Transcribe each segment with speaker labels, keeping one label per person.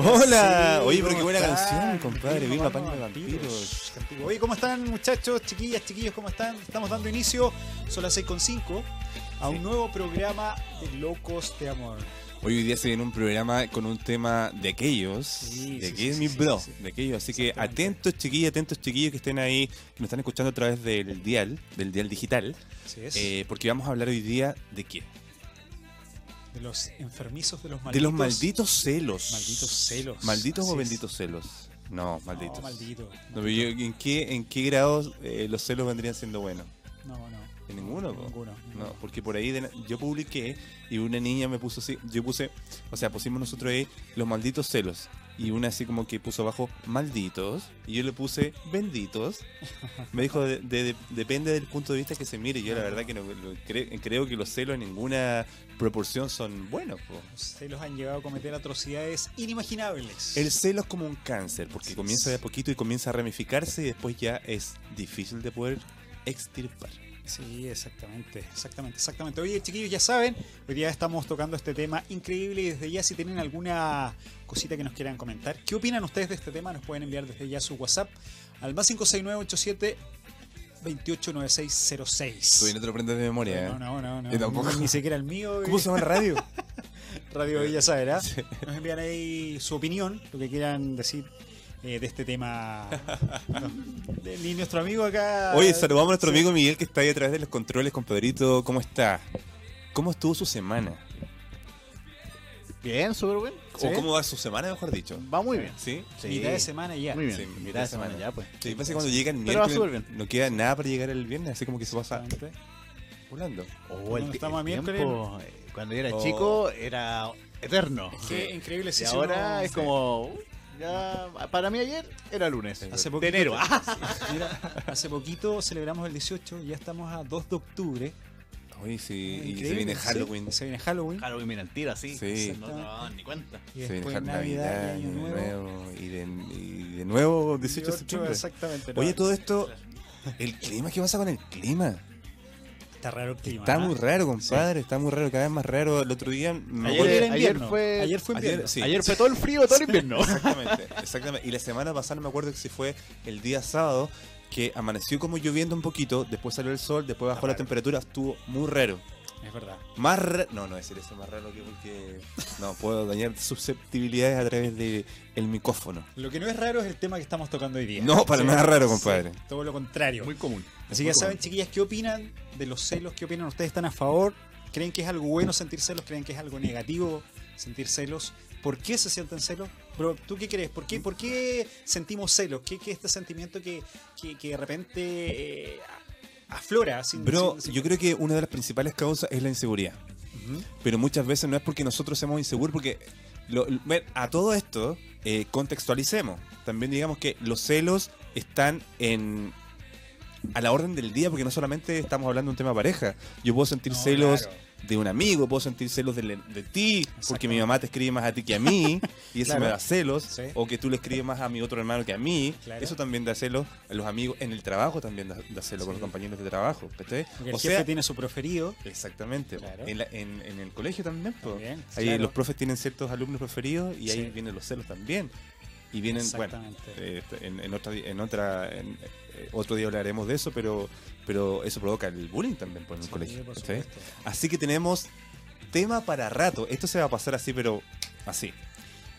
Speaker 1: Hola.
Speaker 2: Sí,
Speaker 1: Oye, pero qué buena
Speaker 2: ¿cómo están?
Speaker 1: canción, compadre.
Speaker 2: Viva
Speaker 1: Viva
Speaker 2: Pan
Speaker 1: Pan de Vampiros.
Speaker 2: Vampiros. Antiguo. Oye, ¿cómo están muchachos, chiquillas, chiquillos? ¿Cómo están? Estamos dando inicio, son las 6.5, a un nuevo programa de Locos de Amor.
Speaker 1: Hoy hoy día se viene un programa con un tema de aquellos,
Speaker 2: Sí,
Speaker 1: de
Speaker 2: sí,
Speaker 1: aquellos,
Speaker 2: sí,
Speaker 1: mi
Speaker 2: sí,
Speaker 1: bro,
Speaker 2: sí, sí.
Speaker 1: de aquellos. Así que
Speaker 2: Exactamente.
Speaker 1: atentos chiquillos, atentos chiquillos que estén ahí, que nos están escuchando a través del dial, del dial digital,
Speaker 2: Así es.
Speaker 1: eh, porque vamos a hablar hoy día de qué?
Speaker 2: de los enfermizos, de los malditos.
Speaker 1: de los malditos celos.
Speaker 2: malditos celos,
Speaker 1: ¿Malditos
Speaker 2: así
Speaker 1: o
Speaker 2: es.
Speaker 1: benditos celos? No, malditos.
Speaker 2: No, maldito.
Speaker 1: No, pero yo- ¿en, qué, ¿En qué grado eh, los celos vendrían siendo buenos?
Speaker 2: No, no.
Speaker 1: En ninguno, po.
Speaker 2: Ninguno.
Speaker 1: No, porque por ahí de na- yo publiqué y una niña me puso así, yo puse, o sea, pusimos nosotros ahí los malditos celos. Y una así como que puso abajo malditos y yo le puse benditos. Me dijo, de- de- de- depende del punto de vista que se mire. Yo la verdad que no, lo cre- creo que los celos en ninguna proporción son buenos. po.
Speaker 2: Los celos han llegado a cometer atrocidades inimaginables.
Speaker 1: El celo es como un cáncer, porque
Speaker 2: Sí,
Speaker 1: comienza de
Speaker 2: sí.
Speaker 1: poquito y comienza a ramificarse y después ya es difícil de poder extirpar.
Speaker 2: Sí, exactamente, exactamente, exactamente. Oye, chiquillos, ya saben, hoy día estamos tocando este tema increíble y desde ya si tienen alguna cosita que nos quieran comentar, ¿qué opinan ustedes de este tema? Nos pueden enviar desde ya su WhatsApp al más 56987
Speaker 1: Tú no
Speaker 2: 289606.
Speaker 1: te lo aprendes de memoria.
Speaker 2: No, no, no, no.
Speaker 1: Yo ¿eh? tampoco.
Speaker 2: Ni, ni siquiera el mío. eh.
Speaker 1: ¿Cómo se llama la radio?
Speaker 2: Radio Villa Saber, ¿ah?
Speaker 1: Sí.
Speaker 2: Nos envían ahí su opinión, lo que quieran decir eh, de este tema. No, de- Ni nuestro amigo acá.
Speaker 1: Oye, saludamos a nuestro
Speaker 2: Sí.
Speaker 1: amigo Miguel que está ahí a través de los controles, compadrito. ¿Cómo está? ¿Cómo estuvo su semana?
Speaker 3: Bien, súper bien.
Speaker 1: ¿O
Speaker 3: Sí.
Speaker 1: cómo va su semana, mejor dicho?
Speaker 3: Va muy bien.
Speaker 1: ¿Sí?
Speaker 3: Sí.
Speaker 2: Mitad de semana ya.
Speaker 3: Muy bien.
Speaker 1: Sí,
Speaker 3: mitad de semana ya, pues.
Speaker 1: Sí, pasa que cuando llega el
Speaker 3: Pero va
Speaker 1: miércoles
Speaker 3: súper bien.
Speaker 1: no queda nada para llegar el viernes, así como que se pasa
Speaker 2: Exactamente.
Speaker 1: volando.
Speaker 3: Oh, el,
Speaker 2: Cuando
Speaker 3: ti-
Speaker 2: estamos
Speaker 3: el
Speaker 2: a miércoles.
Speaker 3: tiempo, eh, cuando yo era
Speaker 1: Oh.
Speaker 3: chico, era eterno.
Speaker 2: Qué
Speaker 1: Eh,
Speaker 2: increíble
Speaker 3: Y
Speaker 2: sí, sí,
Speaker 3: ahora
Speaker 2: uno-
Speaker 3: es como... uh, ya- para mí ayer era lunes.
Speaker 2: Hace
Speaker 3: de
Speaker 2: poquito,
Speaker 3: enero. Ah,
Speaker 2: Mira, hace poquito celebramos el 18, ya estamos a 2 de octubre.
Speaker 1: Oye, sí, y
Speaker 2: Ah, Increíble,
Speaker 1: se viene
Speaker 2: sí.
Speaker 1: Halloween.
Speaker 2: Se viene Halloween.
Speaker 3: Halloween mira, el tiro así.
Speaker 1: Sí.
Speaker 3: No, no, ni cuenta.
Speaker 2: Y
Speaker 1: Se viene
Speaker 2: después
Speaker 1: Hall-
Speaker 2: Navidad, y Año Nuevo.
Speaker 1: y, de, y de nuevo 18 de
Speaker 2: Y otro,
Speaker 1: septiembre.
Speaker 2: Exactamente.
Speaker 1: Oye,
Speaker 2: no,
Speaker 1: todo esto, el clima, ¿qué pasa con el clima?
Speaker 2: Está raro el clima.
Speaker 1: Está
Speaker 2: ¿ah?
Speaker 1: muy raro, compadre, está muy raro, cada vez más raro. El otro día me
Speaker 3: Ayer
Speaker 2: Hoy
Speaker 1: acuerdo-
Speaker 2: era
Speaker 3: ayer
Speaker 2: invierno.
Speaker 3: fue-
Speaker 2: Ayer fue
Speaker 1: ayer-
Speaker 2: invierno.
Speaker 1: sí.
Speaker 3: Ayer fue todo el frío, todo el invierno.
Speaker 1: Exactamente, exactamente. Y la semana pasada no me acuerdo si fue el día sábado que amaneció como lloviendo un poquito, después salió el sol, después bajó la temperatura, estuvo muy raro.
Speaker 2: Es verdad.
Speaker 1: Más raro, no, no decir eso más raro que porque no puedo dañar susceptibilidades a través de el micrófono.
Speaker 2: Lo que no es raro es el tema que estamos tocando hoy día.
Speaker 1: No, para
Speaker 2: Sí,
Speaker 1: nada raro,
Speaker 2: sí,
Speaker 1: compadre.
Speaker 2: todo lo contrario.
Speaker 3: Muy común.
Speaker 2: Así que ya saben, chiquillas, ¿qué opinan de los celos? ¿Qué opinan? ¿Ustedes están a favor? ¿Creen que es algo bueno sentir celos? ¿Creen que es algo negativo sentir celos? ¿Por qué se sienten celos? Bro, ¿tú qué crees? ¿Por qué, por qué sentimos celos? ¿Qué es este sentimiento que, que, que de repente eh, aflora? Sin,
Speaker 1: Bro,
Speaker 2: sin- sin-
Speaker 1: yo creo que una de las principales causas es la inseguridad.
Speaker 2: Ujú.
Speaker 1: pero muchas veces no es porque nosotros seamos inseguros, porque lo- lo- ver, a todo esto eh, contextualicemos. También digamos que los celos están en a la orden del día, porque no solamente estamos hablando de un tema pareja. Yo puedo sentir
Speaker 2: No,
Speaker 1: celos
Speaker 2: claro.
Speaker 1: de un amigo, puedo sentir celos de, de ti, porque mi mamá te escribe más a ti que a mí, y eso
Speaker 2: Claro.
Speaker 1: me da celos,
Speaker 2: Sí.
Speaker 1: o que tú le escribes más a mi otro hermano que a mí,
Speaker 2: Claro.
Speaker 1: eso también da celos a los amigos, en el trabajo también da, da celos con
Speaker 2: Sí.
Speaker 1: los compañeros de trabajo. ¿cachai?
Speaker 2: Porque el
Speaker 1: O
Speaker 2: jefe
Speaker 1: sea,
Speaker 2: tiene su preferido.
Speaker 1: Exactamente. po.
Speaker 2: Claro.
Speaker 1: En, la- en- en el colegio también. po.
Speaker 2: También,
Speaker 1: ahí
Speaker 2: claro.
Speaker 1: los profes tienen ciertos alumnos preferidos y ahí
Speaker 2: Sí.
Speaker 1: vienen los celos también. Y vienen, bueno,
Speaker 2: Exactamente.
Speaker 1: eh, en, en otra, di- en otra en, eh, otro día hablaremos de eso, pero, pero eso provoca el bullying también po, en el
Speaker 2: Sí,
Speaker 1: colegio.
Speaker 2: por
Speaker 1: ¿cachai?
Speaker 2: supuesto.
Speaker 1: Así que tenemos tema para rato. Esto se va a pasar así, pero así.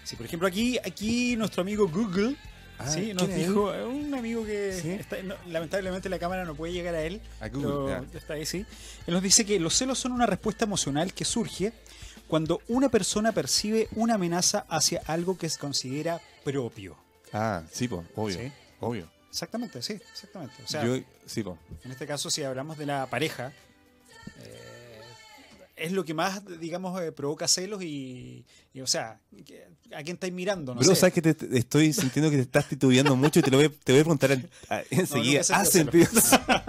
Speaker 2: Sí, por ejemplo, aquí, aquí nuestro amigo Google
Speaker 1: Ah,
Speaker 2: sí,
Speaker 1: ¿quién
Speaker 2: nos
Speaker 1: es
Speaker 2: dijo eh, un amigo que
Speaker 1: Sí.
Speaker 2: está- no, lamentablemente la cámara no puede llegar a él.
Speaker 1: A Google,
Speaker 2: Lo- está ahí, sí. Él nos dice que los celos son una respuesta emocional que surge cuando una persona percibe una amenaza hacia algo que se considera propio.
Speaker 1: Ah, sí, po, obvio.
Speaker 2: Sí.
Speaker 1: Obvio.
Speaker 2: Exactamente, sí, exactamente. O sea,
Speaker 1: Yo- sí, po.
Speaker 2: en este caso, si hablamos de la pareja, eh, es lo que más, digamos, eh, provoca celos y, y, o sea, que- ¿a quién estáis mirando? No
Speaker 1: Bro,
Speaker 2: sé.
Speaker 1: sabes que te, te- estoy sintiendo que te estás titubeando mucho y te lo voy, te voy a preguntar en- a- enseguida.
Speaker 2: nunca he
Speaker 1: ¿Has
Speaker 2: sentido
Speaker 1: sentido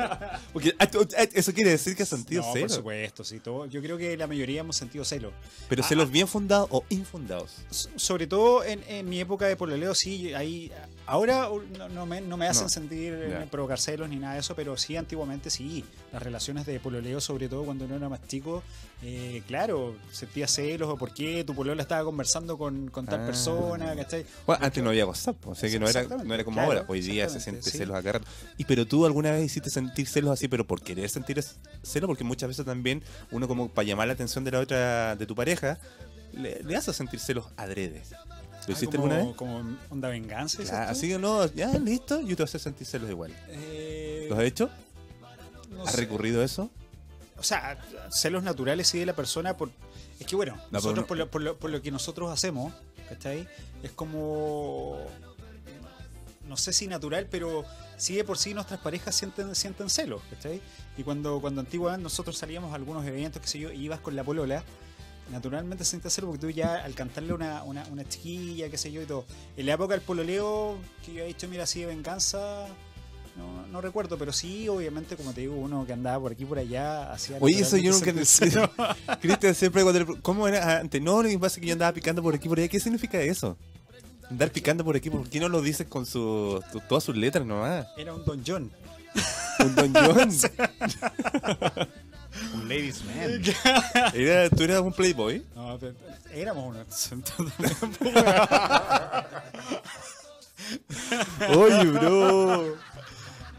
Speaker 1: Porque ah, tú- ah, eso quiere decir que has sentido
Speaker 2: no, por
Speaker 1: celos.
Speaker 2: supuesto, Ah, sí. Todo, yo creo que la mayoría hemos sentido celos.
Speaker 1: Pero celos bien fundados o infundados.
Speaker 2: So- sobre todo en, en mi época de pololeo, sí, ahí ahora uh, no, no me, no me hacen
Speaker 1: No.
Speaker 2: sentir eh,
Speaker 1: Ya.
Speaker 2: provocar celos ni nada de eso, pero sí antiguamente sí, las relaciones de pololeo, sobre todo cuando uno era más chico, eh, claro, sentía celos o por qué tu polola estaba conversando con, con tal
Speaker 1: Ah.
Speaker 2: persona, ¿cachai?
Speaker 1: Bueno, antes no había WhatsApp, o sea que no era,
Speaker 2: Exactamente,
Speaker 1: no era como
Speaker 2: claro,
Speaker 1: ahora. Hoy día se
Speaker 2: exactamente,
Speaker 1: siente
Speaker 2: sí.
Speaker 1: celos a cada rato. Y pero tú alguna vez hiciste sentir celos así, pero por querer sentir es- celos, porque muchas veces también uno como para llamar la atención de la otra, de tu pareja, le, le hace sentir celos adrede. ¿Lo
Speaker 2: Ah,
Speaker 1: hiciste
Speaker 2: como,
Speaker 1: alguna vez?
Speaker 2: Como onda venganza. dices
Speaker 1: Claro,
Speaker 2: tú?
Speaker 1: así que no, ya listo, yo te voy a hacer sentir celos igual.
Speaker 2: Eh,
Speaker 1: ¿Lo has hecho?
Speaker 2: no
Speaker 1: ¿Has
Speaker 2: sé.
Speaker 1: recurrido a eso?
Speaker 2: O sea, celos naturales sí de la persona. Por... Es que bueno,
Speaker 1: pero
Speaker 2: nosotros
Speaker 1: no-
Speaker 2: por, lo, por, lo, por lo que nosotros hacemos, ¿cachai? Es como. No sé si natural, pero sí de por sí nuestras parejas sienten, sienten celos, ¿cachai? Y cuando, cuando antiguamente nosotros salíamos a algunos eventos, qué sé yo, y ibas con la polola, naturalmente sientes celos porque tú ya al cantarle una, una, una chiquilla, qué sé yo, y todo. En la época del pololeo, que yo he dicho, mira, así de venganza, no, no recuerdo, pero sí, obviamente, como te digo, uno que andaba por aquí por allá, hacía.
Speaker 1: Oye, eso yo nunca
Speaker 2: naturalmente sentir celos.
Speaker 1: Cristian siempre cuando le- ¿Cómo era antes? No, lo que pasa es que yo andaba picando por aquí por allá. ¿Qué significa eso? Andar picando por aquí, ¿por qué no lo dices con su, tu- todas sus letras nomás?
Speaker 2: Era un Don John.
Speaker 1: Un Don John.
Speaker 3: Un ladies man.
Speaker 1: Era- ¿Tú eras un playboy?
Speaker 2: No, pero- éramos unos.
Speaker 1: Oye, bro.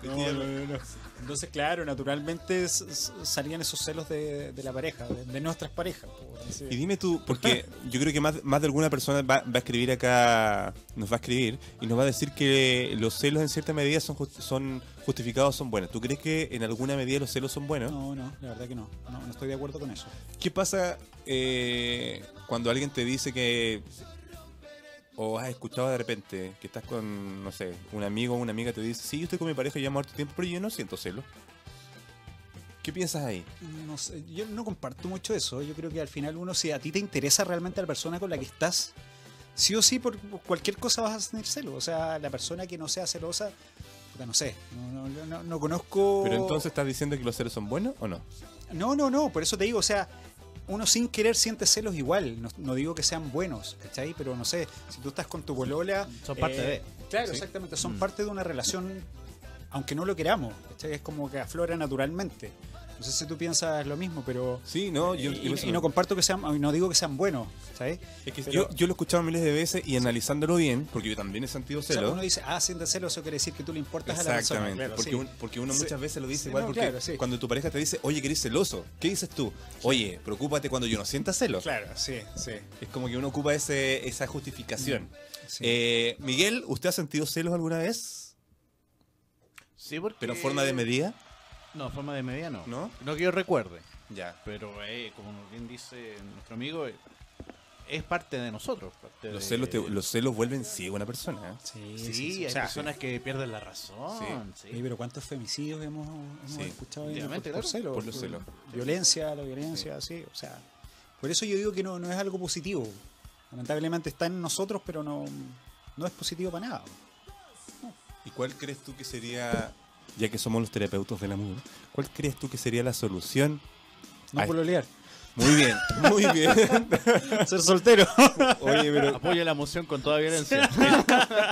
Speaker 2: No, no, no. Entonces, claro, naturalmente s- s- salían esos celos de, de la pareja, de, de nuestras parejas. po, así.
Speaker 1: Y dime tú, porque yo creo que más, más de alguna persona va, va a escribir acá, nos va a escribir y nos va a decir que los celos en cierta medida son, jus- son justificados, son buenos. ¿Tú crees que en alguna medida los celos son buenos?
Speaker 2: No, no, la verdad que no. No, no estoy de acuerdo con eso.
Speaker 1: ¿Qué pasa eh, cuando alguien te dice que... O has escuchado de repente que estás con, no sé, un amigo o una amiga te dice, sí, yo estoy con mi pareja ya muerto tiempo, pero yo no siento celos. ¿Qué piensas ahí?
Speaker 2: No sé, yo no comparto mucho eso. Yo creo que al final uno, si a ti te interesa realmente la persona con la que estás, sí o sí, por por cualquier cosa vas a sentir celos. O sea, la persona que no sea celosa, puta, no sé, no, no, no- no conozco...
Speaker 1: Pero entonces estás diciendo que los celos son buenos o no?
Speaker 2: No, no, no, por eso te digo, o sea, uno sin querer siente celos igual. No, no digo que sean buenos, ¿cachai? Pero no sé, si tú estás con tu bolola.
Speaker 3: Son parte de.
Speaker 2: Claro,
Speaker 1: Sí.
Speaker 2: exactamente, son
Speaker 3: Mm.
Speaker 2: parte de una relación, aunque no lo queramos, ¿cachai? Es como que aflora naturalmente. No sé si tú piensas lo mismo, pero.
Speaker 1: Sí, no, yo, yo
Speaker 2: y,
Speaker 1: pienso
Speaker 2: y
Speaker 1: lo-
Speaker 2: no comparto que sean, y no digo que sean buenos, ¿sabes?
Speaker 1: Es que
Speaker 2: Pero-
Speaker 1: yo, yo lo he escuchado miles de veces y analizándolo bien, porque yo también he sentido
Speaker 2: O sea,
Speaker 1: celos.
Speaker 2: uno dice, ah, siente celos, eso quiere decir que tú le importas a la persona.
Speaker 1: Exactamente,
Speaker 2: Claro,
Speaker 1: porque,
Speaker 2: sí.
Speaker 1: un- porque uno
Speaker 2: Sí.
Speaker 1: muchas veces lo dice
Speaker 2: Sí,
Speaker 1: igual,
Speaker 2: no,
Speaker 1: porque
Speaker 2: claro, sí.
Speaker 1: cuando tu pareja te dice, oye, que eres celoso, ¿qué dices tú? Oye, preocúpate cuando yo no sienta celos.
Speaker 2: Claro, sí, sí.
Speaker 1: Es como que uno ocupa ese, esa justificación.
Speaker 2: Mm, sí.
Speaker 1: Eh, Miguel, ¿usted ha sentido celos alguna vez?
Speaker 3: Sí, porque...
Speaker 1: ¿Pero en forma
Speaker 3: Eh,
Speaker 1: de medida?
Speaker 3: No, forma de media no.
Speaker 1: ¿No?
Speaker 3: No que yo recuerde.
Speaker 1: Ya.
Speaker 3: Pero, eh, como bien dice nuestro amigo, eh, es parte de nosotros. parte
Speaker 1: Los
Speaker 3: de-
Speaker 1: celos, te- los celos vuelven ciego a una persona. ¿eh?
Speaker 2: sí,
Speaker 3: Sí,
Speaker 2: sí, sí.
Speaker 3: hay
Speaker 2: O sea,
Speaker 3: personas que pierden la razón. Sí.
Speaker 2: Oye, pero ¿cuántos femicidios hemos, hemos
Speaker 1: Sí,
Speaker 2: escuchado hoy en día
Speaker 3: obviamente,
Speaker 2: por, por
Speaker 3: claro.
Speaker 2: celos?
Speaker 1: Por los celos.
Speaker 2: Violencia, la violencia, sí. o sea. Por eso yo digo que no, no es algo positivo. Lamentablemente está en nosotros, pero no, no es positivo para nada.
Speaker 1: ¿Y cuál crees tú que sería, ya que somos los terapeutas del amor, cuál crees tú que sería la solución?
Speaker 2: No
Speaker 1: Ay.
Speaker 2: por olear.
Speaker 1: Muy bien, muy bien.
Speaker 2: Ser soltero.
Speaker 1: Oye, pero
Speaker 3: Apoya la moción con toda violencia.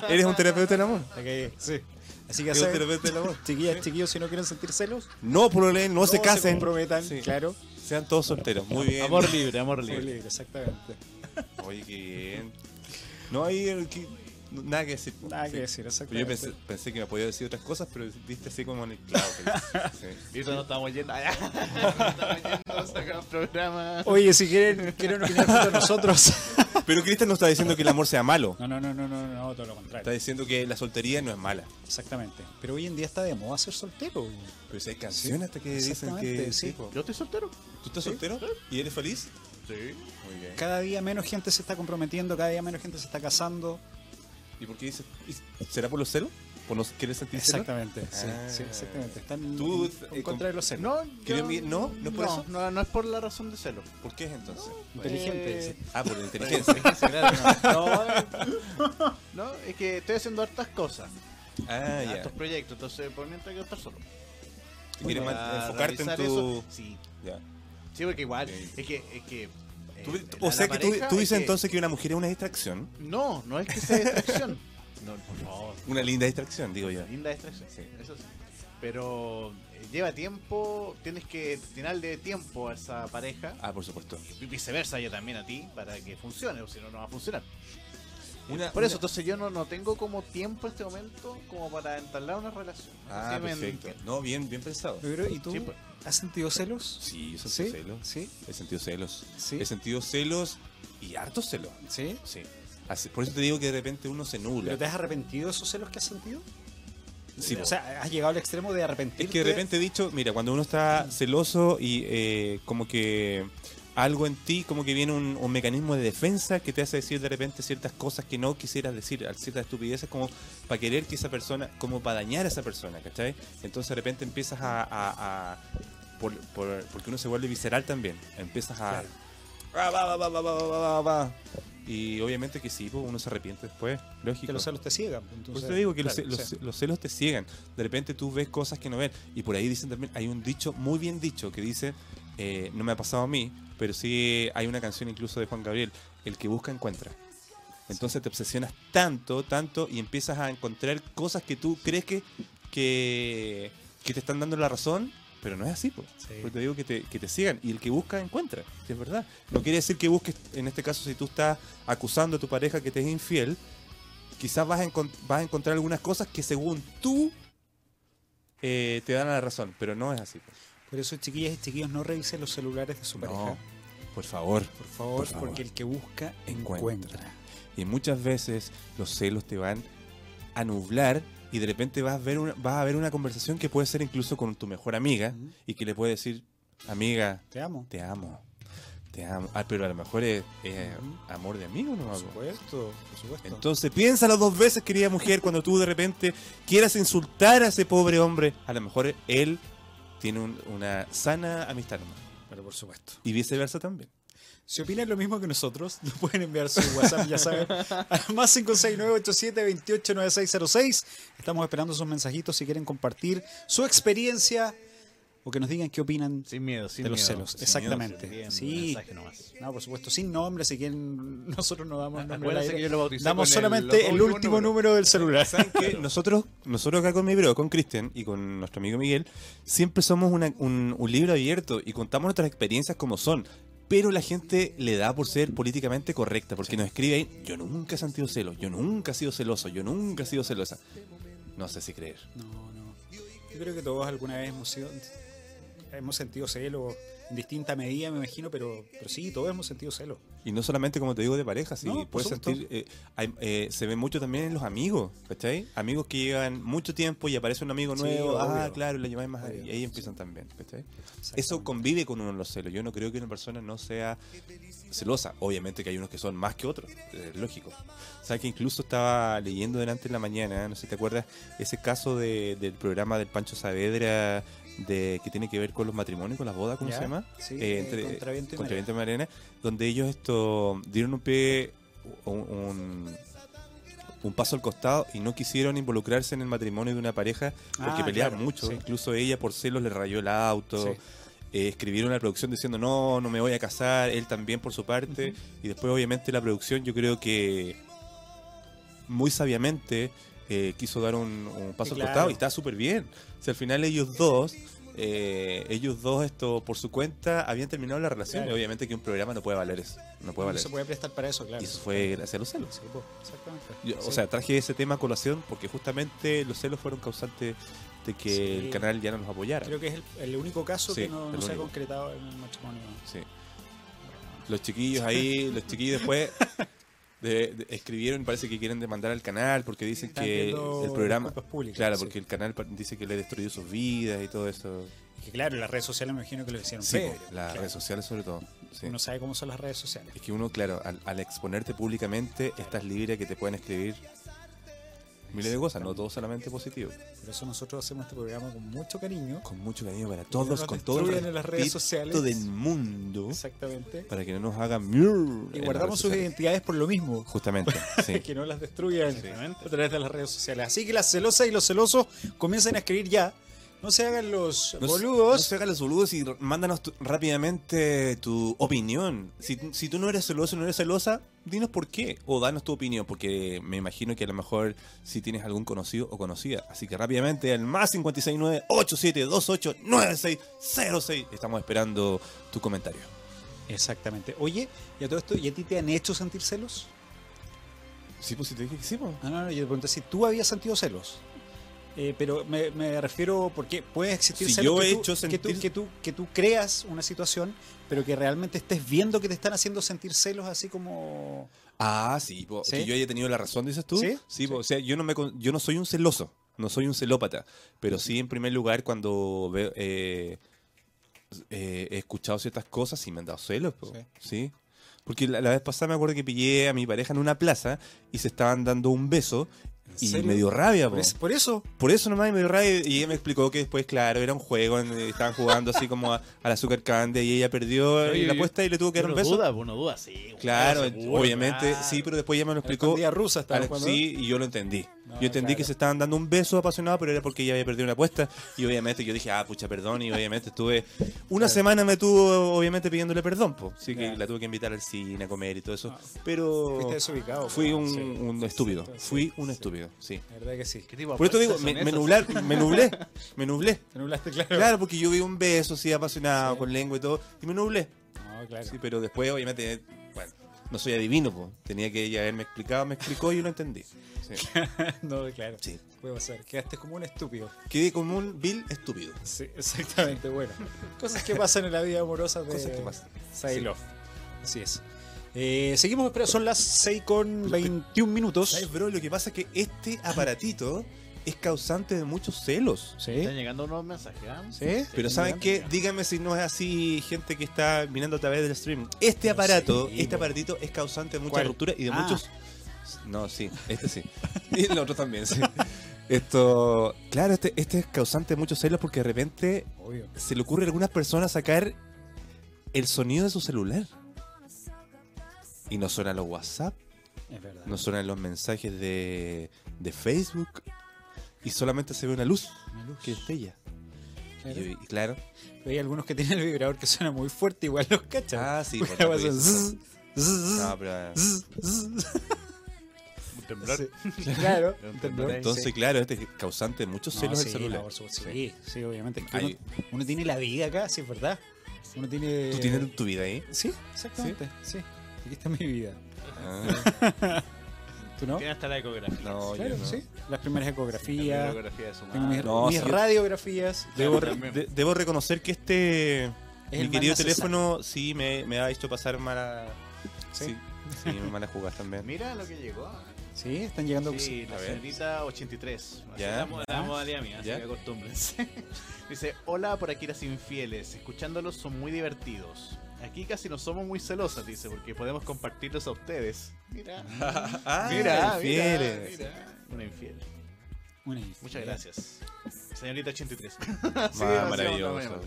Speaker 1: ¿eres un terapeuta del amor?
Speaker 2: Ok, sí. Así que
Speaker 1: Yo
Speaker 2: hacer-
Speaker 1: de repente la voz.
Speaker 2: Chiquillas, chiquillos, si no quieren sentir celos,
Speaker 1: No, problema, no, se casen.
Speaker 2: comprometan,
Speaker 1: Sí.
Speaker 2: claro.
Speaker 1: Sean todos solteros. Muy bien.
Speaker 3: amor libre, amor
Speaker 2: Soy
Speaker 3: libre.
Speaker 2: libre, exactamente.
Speaker 1: Oye, qué bien. No hay el que- no- nada que decir.
Speaker 2: Nada
Speaker 1: Sí.
Speaker 2: que decir,
Speaker 1: Yo
Speaker 2: exactamente.
Speaker 1: pensé, pensé que me podía decir otras cosas, pero diste así como en el clavo. Sí.
Speaker 3: Y eso no estamos yendo. allá. no estamos yendo a sacar programa.
Speaker 2: Oye, si quieren, quieren opinar junto a nosotros.
Speaker 1: Pero Cristian no está diciendo que el amor sea malo.
Speaker 2: No, no, no, no, no, no, todo lo contrario.
Speaker 1: Está diciendo que la soltería no es mala.
Speaker 2: Exactamente. Pero hoy en día está de moda ser soltero.
Speaker 1: Pero si hay canciones hasta que dicen
Speaker 2: Exactamente,
Speaker 1: que...
Speaker 2: sí.
Speaker 1: sí, po.
Speaker 3: ¿Yo estoy soltero?
Speaker 1: ¿Tú estás soltero? ¿Y eres feliz?
Speaker 3: Sí.
Speaker 1: Muy bien.
Speaker 2: Cada día menos gente se está comprometiendo, cada día menos gente se está casando.
Speaker 1: ¿Y por qué dices? y- ¿Será por los celos? ¿Por no querer sentir celos?
Speaker 2: Exactamente. Sí,
Speaker 1: Ah.
Speaker 2: sí, exactamente. Están
Speaker 1: Tú,
Speaker 2: en,
Speaker 1: eh,
Speaker 2: en contra de los celos.
Speaker 3: No,
Speaker 1: Creo
Speaker 3: yo-
Speaker 1: que- no, no es por eso.
Speaker 3: No, no es por la razón de celo.
Speaker 1: ¿Por qué es entonces?
Speaker 2: Inteligente.
Speaker 3: Eh,
Speaker 1: Ah, por la inteligencia.
Speaker 3: Inteligencia, claro, no. No, es que estoy haciendo hartas cosas,
Speaker 1: Ah, ya.
Speaker 3: hartos proyectos, entonces por mientras quiero estar solo.
Speaker 1: Tú quieres
Speaker 3: Para
Speaker 1: man- enfocarte en
Speaker 3: realizar
Speaker 1: tu...
Speaker 3: eso, Sí,
Speaker 1: Ya.
Speaker 3: sí, porque igual,
Speaker 1: Ok.
Speaker 3: es que... Es que eh,
Speaker 1: Tú-
Speaker 3: la-
Speaker 1: o sea
Speaker 3: la
Speaker 1: que tú,
Speaker 3: pareja
Speaker 1: tú
Speaker 3: es
Speaker 1: dices
Speaker 3: que-
Speaker 1: entonces que una mujer es una distracción.
Speaker 3: No, no es que sea distracción. No, por favor,
Speaker 1: Una linda distracción, digo yo.
Speaker 3: linda distracción,
Speaker 1: Sí.
Speaker 3: eso sí. Pero eh, lleva tiempo, tienes que de tiempo a esa pareja,
Speaker 1: Ah, por supuesto.
Speaker 3: y viceversa yo también a ti, para que funcione, o si no, no va a funcionar.
Speaker 1: Una-
Speaker 3: Por eso,
Speaker 1: una-
Speaker 3: entonces yo no, no tengo como tiempo en este momento como para entablar una relación.
Speaker 1: Ah,
Speaker 3: Así me-
Speaker 1: perfecto. No, bien, bien pensado.
Speaker 2: Pero, ¿y tú?
Speaker 3: Sí, pues.
Speaker 2: ¿Has sentido celos?
Speaker 1: Sí, yo sentí
Speaker 2: Sí,
Speaker 1: celos.
Speaker 2: sí,
Speaker 1: He sentido celos.
Speaker 2: Sí.
Speaker 1: He sentido celos y hartos celos.
Speaker 2: sí.
Speaker 1: Sí. Así- por eso te digo que de repente uno se nubla.
Speaker 2: ¿Pero te has arrepentido de esos celos que has sentido?
Speaker 1: Sí,
Speaker 2: o
Speaker 1: po.
Speaker 2: sea, has llegado al extremo de arrepentirte.
Speaker 1: Es que de repente he dicho, mira, cuando uno está celoso y eh, como que algo en ti, como que viene un, un mecanismo de defensa que te hace decir de repente ciertas cosas que no quisieras decir, ciertas estupideces, como para querer que esa persona, como para dañar a esa persona, ¿cachai? Entonces de repente empiezas a... a- a- por- por- porque uno se vuelve visceral también, empiezas a... Ah, va, va, va, va, va, va, va, va. Y obviamente que sí, pues, uno se arrepiente después, lógico.
Speaker 2: Que los celos te ciegan. pues,
Speaker 1: Por
Speaker 2: entonces-
Speaker 1: eso te digo que los,
Speaker 2: claro,
Speaker 1: ce-
Speaker 2: sí.
Speaker 1: los- los celos te ciegan. De repente tú ves cosas que no ves. Y por ahí dicen también, hay un dicho muy bien dicho que dice, eh, no me ha pasado a mí, pero sí hay una canción incluso de Juan Gabriel, el que busca encuentra. Entonces te obsesionas tanto, tanto y empiezas a encontrar cosas que tú crees que, que, que te están dando la razón. Pero no es así, pues.
Speaker 2: Sí.
Speaker 1: Porque te digo que te, que te sigan. Y el que busca, encuentra. Si es verdad. No quiere decir que busques, en este caso, si tú estás acusando a tu pareja que te es infiel, quizás vas a, encon- vas a encontrar algunas cosas que según tú eh, te dan la razón, pero no es así. pues,
Speaker 2: Por eso, chiquillas y chiquillos, no revisen los celulares de su pareja.
Speaker 1: por favor.
Speaker 2: Por favor,
Speaker 1: Por favor.
Speaker 2: porque el que busca
Speaker 1: Encuentra.
Speaker 2: encuentra.
Speaker 1: Y muchas veces los celos te van a nublar y de repente vas a ver una, vas a ver una conversación que puede ser incluso con tu mejor amiga
Speaker 2: Ujú.
Speaker 1: y que le puede decir, amiga,
Speaker 2: ¿Mm? Te amo.
Speaker 1: te amo, te amo. Ah, pero a lo mejor es, es
Speaker 2: Ujú.
Speaker 1: amor de amigo, ¿no?
Speaker 2: Por supuesto, por supuesto.
Speaker 1: Entonces piénsalo dos veces, querida mujer, cuando tú de repente quieras insultar a ese pobre hombre. A lo mejor él tiene un- una sana amistad hermano.
Speaker 2: Pero por supuesto.
Speaker 1: Y viceversa también.
Speaker 2: Si opinan lo mismo que nosotros, nos pueden enviar su WhatsApp, ya saben, al más 569-87-289606. Estamos esperando sus mensajitos si quieren compartir su experiencia o que nos digan qué opinan.
Speaker 3: Sin miedo, sin
Speaker 2: De los
Speaker 3: miedo.
Speaker 2: celos,
Speaker 3: Sin
Speaker 2: exactamente.
Speaker 3: miedo, sin miedo,
Speaker 2: Sí.
Speaker 3: mensaje nomás.
Speaker 2: No, por supuesto, sin nombre, si quieren, nosotros no damos nombre. al
Speaker 3: Acuérdense
Speaker 2: aire.
Speaker 3: Ah, que yo lo bauticé
Speaker 2: Damos
Speaker 3: con el-
Speaker 2: solamente el,
Speaker 3: los últimos
Speaker 2: último número.
Speaker 3: números.
Speaker 2: del celular.
Speaker 1: ¿Saben qué? Nosotros, nosotros acá con mi bro, con Cristian y con nuestro amigo Miguel, siempre somos una- un, un libro abierto y contamos nuestras experiencias como son. Pero la gente le da por ser políticamente correcta, porque nos escribe ahí, yo nunca he sentido celos, yo nunca he sido celoso, yo nunca he sido celosa. No sé si creer.
Speaker 2: No, no. Yo creo que todos alguna vez hemos sido, hemos sentido celo en distinta medida, me imagino, pero, pero sí, todos hemos sentido celo.
Speaker 1: Y no solamente, como te digo, de pareja, sí,
Speaker 2: No, por
Speaker 1: puedes
Speaker 2: supuesto.
Speaker 1: sentir. eh, hay- eh, se ve mucho también en los amigos, ¿cachai? Amigos que llevan mucho tiempo y aparece un amigo
Speaker 2: Sí,
Speaker 1: nuevo, ah,
Speaker 2: obvio.
Speaker 1: claro, le llamáis más.
Speaker 2: Obvio,
Speaker 1: Y ahí
Speaker 2: sí.
Speaker 1: empiezan también, ¿cachai? Eso convive con uno en los celos. Yo no creo que una persona no sea celosa. Obviamente que hay unos que son más que otros, eh, lógico. Sabes que incluso estaba leyendo delante en la mañana, no sé si te acuerdas, ese caso de- del programa del Pancho Saavedra de, que tiene que ver con los matrimonios, con las bodas, ¿cómo
Speaker 2: ¿Ya?
Speaker 1: se llama?
Speaker 2: Sí,
Speaker 1: Eh,
Speaker 2: eh,
Speaker 1: entre-
Speaker 2: contra viento y marea.
Speaker 1: contra viento y marea, donde ellos esto dieron un pie, un, un- un paso al costado y no quisieron involucrarse en el matrimonio de una pareja porque
Speaker 2: Ah,
Speaker 1: peleaban
Speaker 2: claro,
Speaker 1: mucho.
Speaker 2: sí.
Speaker 1: Incluso ella por celos le rayó el auto.
Speaker 2: Sí.
Speaker 1: Eh, escribieron a la producción diciendo no, no me voy a casar, él también por su parte. Y después obviamente la producción yo creo que muy sabiamente eh, quiso dar un, un paso
Speaker 2: Claro.
Speaker 1: al costado y está súper bien. Si al final ellos dos, eh, ellos dos esto por su cuenta habían terminado la relación
Speaker 2: Claro.
Speaker 1: y obviamente que un programa no puede valer eso. No puede
Speaker 2: No
Speaker 1: valer
Speaker 2: se
Speaker 1: eso.
Speaker 2: puede prestar para eso, claro.
Speaker 1: Y eso fue gracias a los celos.
Speaker 2: Sí, po, exactamente.
Speaker 1: Yo, O
Speaker 2: Sí.
Speaker 1: sea, traje ese tema a colación porque justamente los celos fueron causantes de que
Speaker 2: Sí.
Speaker 1: el canal ya no nos apoyara.
Speaker 2: creo que es el, el único caso
Speaker 1: Sí,
Speaker 2: que no,
Speaker 1: el
Speaker 2: no se ha
Speaker 1: único.
Speaker 2: concretado en el matrimonio.
Speaker 1: Sí. Los chiquillos ahí, los chiquillos después de- de- escribieron, parece que quieren demandar al canal porque dicen
Speaker 2: Están
Speaker 1: que
Speaker 2: pidiendo
Speaker 1: el programa...
Speaker 2: disculpas públicas,
Speaker 1: Claro,
Speaker 2: sí.
Speaker 1: porque el canal pa- dice que le destruyó sus vidas y todo eso.
Speaker 2: Que claro, las redes sociales me imagino que lo hicieron.
Speaker 1: Sí,
Speaker 2: peor,
Speaker 1: po, las
Speaker 2: claro.
Speaker 1: redes sociales sobre todo. sí.
Speaker 2: Uno sabe cómo son las redes sociales.
Speaker 1: Es que uno, claro, al, al exponerte públicamente, estás libre a que te puedan escribir miles de cosas, no todo solamente positivo.
Speaker 2: Por eso nosotros hacemos este programa con mucho cariño.
Speaker 1: Con mucho cariño para
Speaker 2: no
Speaker 1: todos,
Speaker 2: nos
Speaker 1: con todo el
Speaker 2: destruyan en las redes
Speaker 1: respeto
Speaker 2: sociales.
Speaker 1: del mundo,
Speaker 2: Exactamente.
Speaker 1: para que no nos hagan miur
Speaker 2: Y
Speaker 1: en las
Speaker 2: guardamos
Speaker 1: redes
Speaker 2: sus
Speaker 1: sociales.
Speaker 2: identidades por lo mismo.
Speaker 1: Justamente, sí.
Speaker 2: que no las destruyan
Speaker 3: Exactamente.
Speaker 2: a través de las redes sociales. Así que las celosas y los celosos comiencen a escribir ya. No se hagan los
Speaker 1: No se- No
Speaker 2: boludos.
Speaker 1: se hagan los boludos y r- mándanos tu- rápidamente tu opinión. Si, si tú no eres celoso, no eres celosa, dinos por qué o danos tu opinión, porque me imagino que a lo mejor si tienes algún conocido o conocida. Así que rápidamente al más 569-8728-9606. Estamos esperando tu comentario.
Speaker 2: Exactamente. Oye, y a todo esto, ¿y a ti te han hecho sentir celos?
Speaker 1: Sí, pues si te dije que sí, pues.
Speaker 2: Ah, no, no, yo te pregunté si tú habías sentido celos. Eh, pero me, me refiero porque puede existir
Speaker 1: Si
Speaker 2: celos
Speaker 1: yo
Speaker 2: que,
Speaker 1: he
Speaker 2: tú,
Speaker 1: hecho
Speaker 2: que, tú,
Speaker 1: sentir-
Speaker 2: que, tú, que tú creas una situación, pero que realmente estés viendo que te están haciendo sentir celos así como...
Speaker 1: Ah, sí, po,
Speaker 2: ¿Sí?
Speaker 1: que yo haya tenido la razón, dices tú.
Speaker 2: ¿Sí?
Speaker 1: Sí, po, o sea, yo no, me, con- yo no soy un celoso, no soy un celópata, pero sí, en primer lugar, cuando veo, eh, eh, he escuchado ciertas cosas y me han dado celos, po,
Speaker 2: Sí.
Speaker 1: sí. Porque la, la vez pasada me acuerdo que pillé a mi pareja en una plaza y se estaban dando un beso y
Speaker 2: serio?
Speaker 1: me dio rabia, po.
Speaker 2: Por, eso- por eso,
Speaker 1: Por eso nomás me dio rabia y ella me explicó que después, claro, era un juego, en- estaban jugando así como a- al azúcar candy y ella perdió
Speaker 3: Oye,
Speaker 1: la apuesta y le tuvo que dar un
Speaker 3: Uno
Speaker 1: beso.
Speaker 3: duda, pues uno duda, sí.
Speaker 1: Claro,
Speaker 3: uno seguro,
Speaker 1: obviamente,
Speaker 2: Ah.
Speaker 3: claro.
Speaker 1: sí, pero después ella me lo
Speaker 2: la
Speaker 1: explicó.
Speaker 2: escondida rusa estaba
Speaker 1: Alex,
Speaker 2: jugando.
Speaker 1: sí, y yo lo entendí.
Speaker 2: No,
Speaker 1: yo entendí que
Speaker 2: claro.
Speaker 1: se estaban dando un beso apasionado, pero era porque ella había perdido una apuesta. Y obviamente yo dije, ah, pucha, perdón. Y obviamente estuve. Una semana me tuvo, obviamente, pidiéndole perdón, po. Así que
Speaker 2: Ya.
Speaker 1: la tuve que invitar al cine a comer y todo eso.
Speaker 2: Ah.
Speaker 1: Pero.
Speaker 2: Fuiste desubicado.
Speaker 1: Fui
Speaker 2: po.
Speaker 1: un,
Speaker 2: Sí,
Speaker 1: un
Speaker 2: sí,
Speaker 1: estúpido.
Speaker 2: sí, sí,
Speaker 1: Fui
Speaker 2: sí,
Speaker 1: un
Speaker 2: sí. pues,
Speaker 1: estúpido, sí.
Speaker 2: La verdad que sí.
Speaker 3: ¿Qué tipo de
Speaker 1: Por esto digo,
Speaker 3: apuestas
Speaker 1: me,
Speaker 3: son
Speaker 1: me
Speaker 3: esas?
Speaker 1: nublar- me nublé. Me nublé.
Speaker 2: Te nublaste, claro.
Speaker 1: Claro, porque yo vi un beso así apasionado,
Speaker 2: Sí.
Speaker 1: con lengua y todo. Y me nublé.
Speaker 2: No, claro.
Speaker 1: Sí, pero después, obviamente, bueno, no soy adivino, po. Tenía que ella haberme explicado, me explicó y yo lo entendí. Sí.
Speaker 2: No, claro.
Speaker 1: Sí.
Speaker 2: Puede pasar. Quedaste como un estúpido.
Speaker 1: Quedé como un vil estúpido.
Speaker 2: Sí, exactamente. Bueno, cosas que pasan en la vida amorosa de
Speaker 1: Cosas que pasan.
Speaker 2: Say
Speaker 1: Sí.
Speaker 2: Love. Así es. Eh, seguimos, espera, son las 6 con 21 minutos.
Speaker 1: ¿Sabes, bro? Lo que pasa es que este aparatito es causante de muchos celos.
Speaker 3: Están
Speaker 2: ¿Sí?
Speaker 3: llegando unos mensajes. ¿ah?
Speaker 2: ¿Sí?
Speaker 1: Pero ¿saben qué? Díganme si no es así gente que está mirando a través del stream. Este
Speaker 2: No
Speaker 1: aparato,
Speaker 2: sé,
Speaker 1: este
Speaker 2: bro.
Speaker 1: aparatito es causante de mucha
Speaker 2: ¿Cuál?
Speaker 1: ruptura y de
Speaker 2: Ah.
Speaker 1: muchos... No, sí, este sí. Y el otro también, sí. Esto, claro, este, este es causante de muchos celos porque de repente
Speaker 2: Obvio.
Speaker 1: se le ocurre a algunas personas sacar el sonido de su celular. Y no suena los WhatsApp,
Speaker 2: Es verdad.
Speaker 1: no suenan los mensajes de, de Facebook. Y solamente se ve una luz
Speaker 2: Una luz,
Speaker 1: que destella.
Speaker 2: claro.
Speaker 1: Y, y claro.
Speaker 2: Hay algunos que tienen el vibrador que suena muy fuerte, igual los cachan.
Speaker 1: Ah, sí.
Speaker 2: Una
Speaker 1: por la Ah,
Speaker 2: cosa,
Speaker 1: lluvia.
Speaker 2: zzz, zzz,
Speaker 1: No, pero-
Speaker 2: zzz, zzz.
Speaker 3: Temblar.
Speaker 2: Sí, Claro,
Speaker 3: Era un
Speaker 2: un
Speaker 3: temblor.
Speaker 2: temblor,
Speaker 1: Entonces,
Speaker 2: sí.
Speaker 1: claro, este es causante de muchos
Speaker 2: No,
Speaker 1: celos
Speaker 2: sí,
Speaker 1: del celular.
Speaker 2: no, por supuesto,
Speaker 1: Sí.
Speaker 2: sí, sí, obviamente. es que
Speaker 1: Ay.
Speaker 2: uno, uno tiene la vida acá, sí, es verdad. Uno tiene.
Speaker 1: ¿Tú tienes tu vida ahí?
Speaker 2: Sí, exactamente. Sí. Aquí está mi vida.
Speaker 1: Ah,
Speaker 2: ¿Tú no?
Speaker 3: Tiene hasta la ecografía.
Speaker 1: no, yo
Speaker 2: claro,
Speaker 1: no.
Speaker 2: sí. Las primeras
Speaker 3: La
Speaker 2: ecografías.
Speaker 3: ecografía de su
Speaker 2: tengo mis,
Speaker 3: madre.
Speaker 1: No,
Speaker 2: mis
Speaker 1: sí, yo-
Speaker 2: radiografías.
Speaker 1: Debo,
Speaker 3: Claro,
Speaker 1: re-
Speaker 3: también.
Speaker 1: de- debo reconocer que este.
Speaker 2: Es el
Speaker 1: mi
Speaker 2: más
Speaker 1: querido
Speaker 2: necesario.
Speaker 1: teléfono sí me, me ha hecho pasar mala.
Speaker 2: ¿Sí?
Speaker 1: Sí. Sí, me mala jugar también.
Speaker 3: Mira lo que llegó. ah.
Speaker 2: Sí, están llegando.
Speaker 3: Sí, la
Speaker 1: a ver.
Speaker 3: señorita 83. Así
Speaker 1: Ya.
Speaker 3: la, mo- la modalidad mía, así
Speaker 1: Ya.
Speaker 3: que acostúmbrense. Dice, hola por aquí las infieles, escuchándolos son muy divertidos. Aquí casi no somos muy celosas, dice, porque podemos compartirlos a ustedes. Mira,
Speaker 1: Ah,
Speaker 3: mira, mira,
Speaker 1: infieles.
Speaker 3: mira. Una infiel.
Speaker 2: Una
Speaker 3: Muchas gracias. Señorita 83. Sí,
Speaker 1: Ma-
Speaker 3: demasiado,
Speaker 1: Ah, maravilloso,
Speaker 3: no, bueno.
Speaker 1: maravilloso.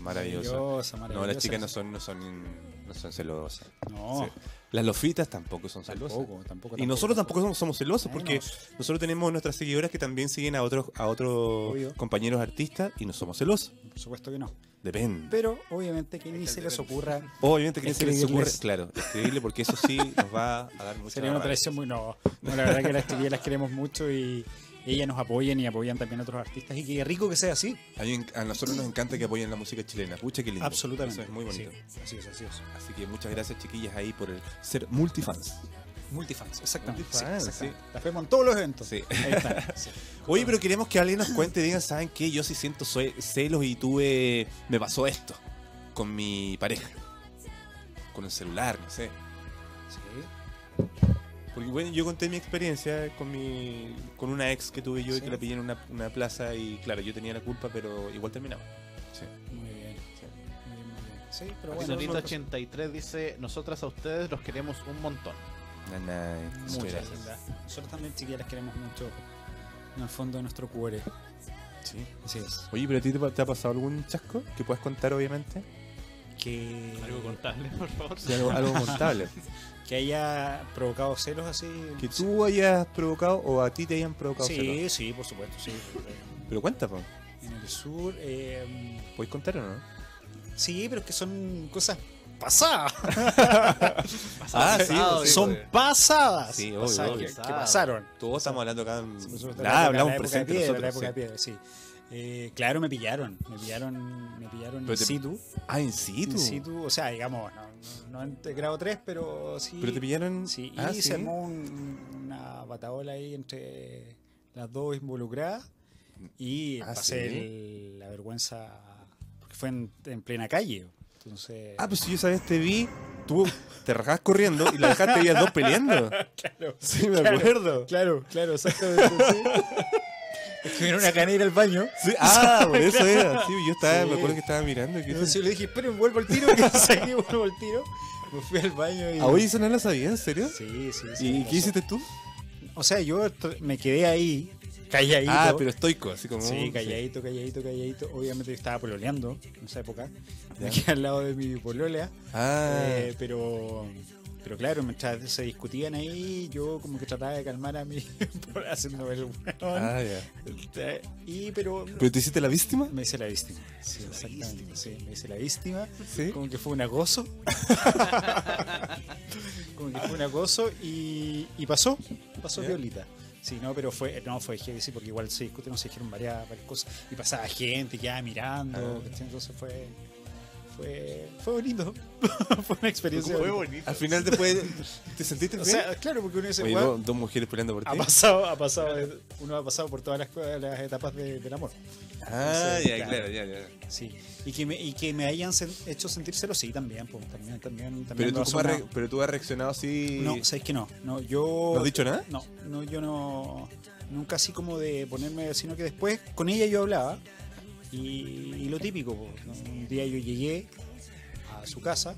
Speaker 2: Maravillosa,
Speaker 1: No,
Speaker 2: maravillosa.
Speaker 1: las chicas no son, no son, no son celosas.
Speaker 2: No,
Speaker 1: Sí. Las lofitas tampoco son
Speaker 2: tampoco,
Speaker 1: celosas.
Speaker 2: tampoco, tampoco.
Speaker 1: Y nosotros tampoco somos, somos celosos porque
Speaker 2: Menos.
Speaker 1: nosotros tenemos nuestras seguidoras que también siguen a otros a otros
Speaker 2: Obvio.
Speaker 1: compañeros artistas y no somos celosos.
Speaker 2: Por supuesto que no.
Speaker 1: Depende.
Speaker 2: Pero obviamente que ni se les ocurra.
Speaker 1: Obviamente que se les ocurre,
Speaker 2: Escribirles.
Speaker 1: claro, escribirle porque eso sí nos va a dar mucha
Speaker 2: Sería una
Speaker 1: rabia.
Speaker 2: traición muy. No, no la verdad que las chiquillas las queremos mucho y ellas nos apoyan y apoyan también a otros artistas. Y qué rico que sea así.
Speaker 1: A mí- a nosotros nos encanta que apoyen la música chilena. Pucha, qué lindo.
Speaker 2: Absolutamente.
Speaker 1: Eso es muy bonito.
Speaker 2: Sí, así es, así es.
Speaker 1: Así que muchas gracias, chiquillas, ahí por el ser multifans.
Speaker 2: Multifans, exactamente.
Speaker 1: Multifans,
Speaker 2: sí, exactamente. Las vemos en todos los eventos.
Speaker 1: Sí.
Speaker 2: Ahí están. sí.
Speaker 1: Oye, pero queremos que alguien nos cuente, digan, ¿saben qué? Yo sí siento sue- celos y tuve. Me pasó esto con mi pareja. Con el celular, no sé.
Speaker 2: Sí.
Speaker 1: Porque bueno, yo conté mi experiencia con mi con una ex que tuve yo y
Speaker 2: Sí.
Speaker 1: que la pillé en una, una plaza y claro, yo tenía la culpa, pero igual terminaba. Sí.
Speaker 2: Muy bien.
Speaker 1: Sí.
Speaker 2: Muy bien, muy bien. Sí, pero bueno.
Speaker 1: Así son
Speaker 3: Señorita 83 dice, nosotras a ustedes los queremos un montón.
Speaker 1: Nanay,
Speaker 2: Muchas
Speaker 1: muchas
Speaker 2: gracias.
Speaker 1: gracias.
Speaker 2: Nosotros también, chiquillas, las queremos mucho. En el fondo de nuestro cuore.
Speaker 1: Sí.
Speaker 2: Así es.
Speaker 1: Oye, pero a ti te, te ha pasado algún chasco que puedas contar, obviamente.
Speaker 2: Que,
Speaker 3: Algo contable, por favor.
Speaker 1: Sí, algo, algo contable.
Speaker 2: que haya provocado celos así.
Speaker 1: que tú hayas provocado o a ti te hayan provocado.
Speaker 2: Sí,
Speaker 1: celos.
Speaker 2: sí, por supuesto, sí.
Speaker 1: Pero cuenta, po.
Speaker 2: En el sur. eh,
Speaker 1: ¿puedes contar o no?
Speaker 2: sí, pero es que son cosas pasadas.
Speaker 1: Ah, sí,
Speaker 3: Pasado,
Speaker 1: pues, sí,
Speaker 2: son
Speaker 3: pues.
Speaker 2: pasadas.
Speaker 1: Sí, obvio,
Speaker 2: pasadas
Speaker 1: obvio.
Speaker 2: que, que pasaron.
Speaker 1: Todos estamos hablando acá. en-
Speaker 2: Por supuesto,
Speaker 1: Nada,
Speaker 2: la época-
Speaker 1: hablamos
Speaker 2: la época de
Speaker 1: presente
Speaker 2: piedra,
Speaker 1: nosotros,
Speaker 2: la época
Speaker 1: sí.
Speaker 2: de piedra, sí. Eh, claro, me pillaron, me pillaron, me pillaron
Speaker 1: Pero
Speaker 2: in
Speaker 1: te-
Speaker 2: situ,
Speaker 1: Ah, en situ.
Speaker 2: in situ, o sea, digamos, no, no en grado 3, pero sí.
Speaker 1: Pero te pillaron.
Speaker 2: Sí, y
Speaker 1: Ah,
Speaker 2: se
Speaker 1: sí.
Speaker 2: armó un- una bataola ahí entre las dos involucradas y
Speaker 1: Ah,
Speaker 2: pasé
Speaker 1: sí.
Speaker 2: el- la vergüenza porque fue en, en plena calle. Entonces,
Speaker 1: Ah, pues si yo sabes, te vi. Tú te rajabas corriendo y la dejaste ahí a dos peleando.
Speaker 2: claro,
Speaker 1: Sí, me
Speaker 2: Claro.
Speaker 1: acuerdo.
Speaker 2: claro, claro, exactamente. sí. Es que vino una canera al baño.
Speaker 1: Sí, ah, por eso era. Sí, yo estaba,
Speaker 2: Sí.
Speaker 1: me acuerdo que estaba mirando. Que
Speaker 2: Entonces yo le dije, esperen, vuelvo al tiro, que salí, vuelvo al tiro. Me fui al baño y.
Speaker 1: ¿A hoy "Ah, eso no lo sabía, en serio?
Speaker 2: Sí, sí, sí.
Speaker 1: ¿Y
Speaker 2: pasó.
Speaker 1: qué hiciste tú?
Speaker 2: O sea, yo tr- me quedé ahí, calladito.
Speaker 1: Ah, pero estoico, así como. "Uh,
Speaker 2: Sí, calladito, calladito, calladito. Obviamente yo estaba pololeando en esa época.
Speaker 1: Ya.
Speaker 2: Aquí al lado de mi pololea.
Speaker 1: Ah,
Speaker 2: Eh, pero, pero claro, mientras se discutían ahí, yo como que trataba de calmar a mi por haciendo el weón.
Speaker 1: ah, ya.
Speaker 2: Eh, Y pero
Speaker 1: ¿Pero te hiciste la víctima?
Speaker 2: me hice la víctima. Sí, exactamente. Sí, me hice la víctima.
Speaker 1: Sí.
Speaker 2: Como que fue un acoso. como que fue un acoso y, y pasó, pasó
Speaker 1: Ya.
Speaker 2: violita. Sí, no, pero fue, no, fue heavy, sí, porque igual se discutieron, se dijeron varias, varias cosas. Y pasaba gente, ya mirando,
Speaker 1: Ah.
Speaker 2: ¿cachai? entonces fue, fue, fue bonito. fue una experiencia.
Speaker 3: Fue
Speaker 2: bonita.
Speaker 3: bonito.
Speaker 1: Al final después te sentiste
Speaker 2: O
Speaker 1: bien.
Speaker 2: sea, claro, porque uno dice,
Speaker 1: Oye,
Speaker 2: "Weón,
Speaker 1: dos, dos mujeres peleando por
Speaker 2: ha
Speaker 1: ti.
Speaker 2: pasado, ha pasado, de- uno ha pasado por todas las, cosas- las etapas de- del amor.
Speaker 1: Ah,
Speaker 2: Entonces,
Speaker 1: ya,
Speaker 2: claro.
Speaker 1: claro, ya, ya.
Speaker 2: Sí. Y que me, y que me hayan sen- hecho sentir celos, sí, también, pues, también, también, también
Speaker 1: Pero
Speaker 2: lo
Speaker 1: tú, como has
Speaker 2: asomado.
Speaker 1: re- pero tú has reaccionado así.
Speaker 2: No, sabes que no. No, yo.
Speaker 1: ¿No has dicho nada?
Speaker 2: No, no, yo no. Nunca así como de ponerme, sino que después con ella yo hablaba. Y, y lo típico, po, ¿no? un día yo llegué a su casa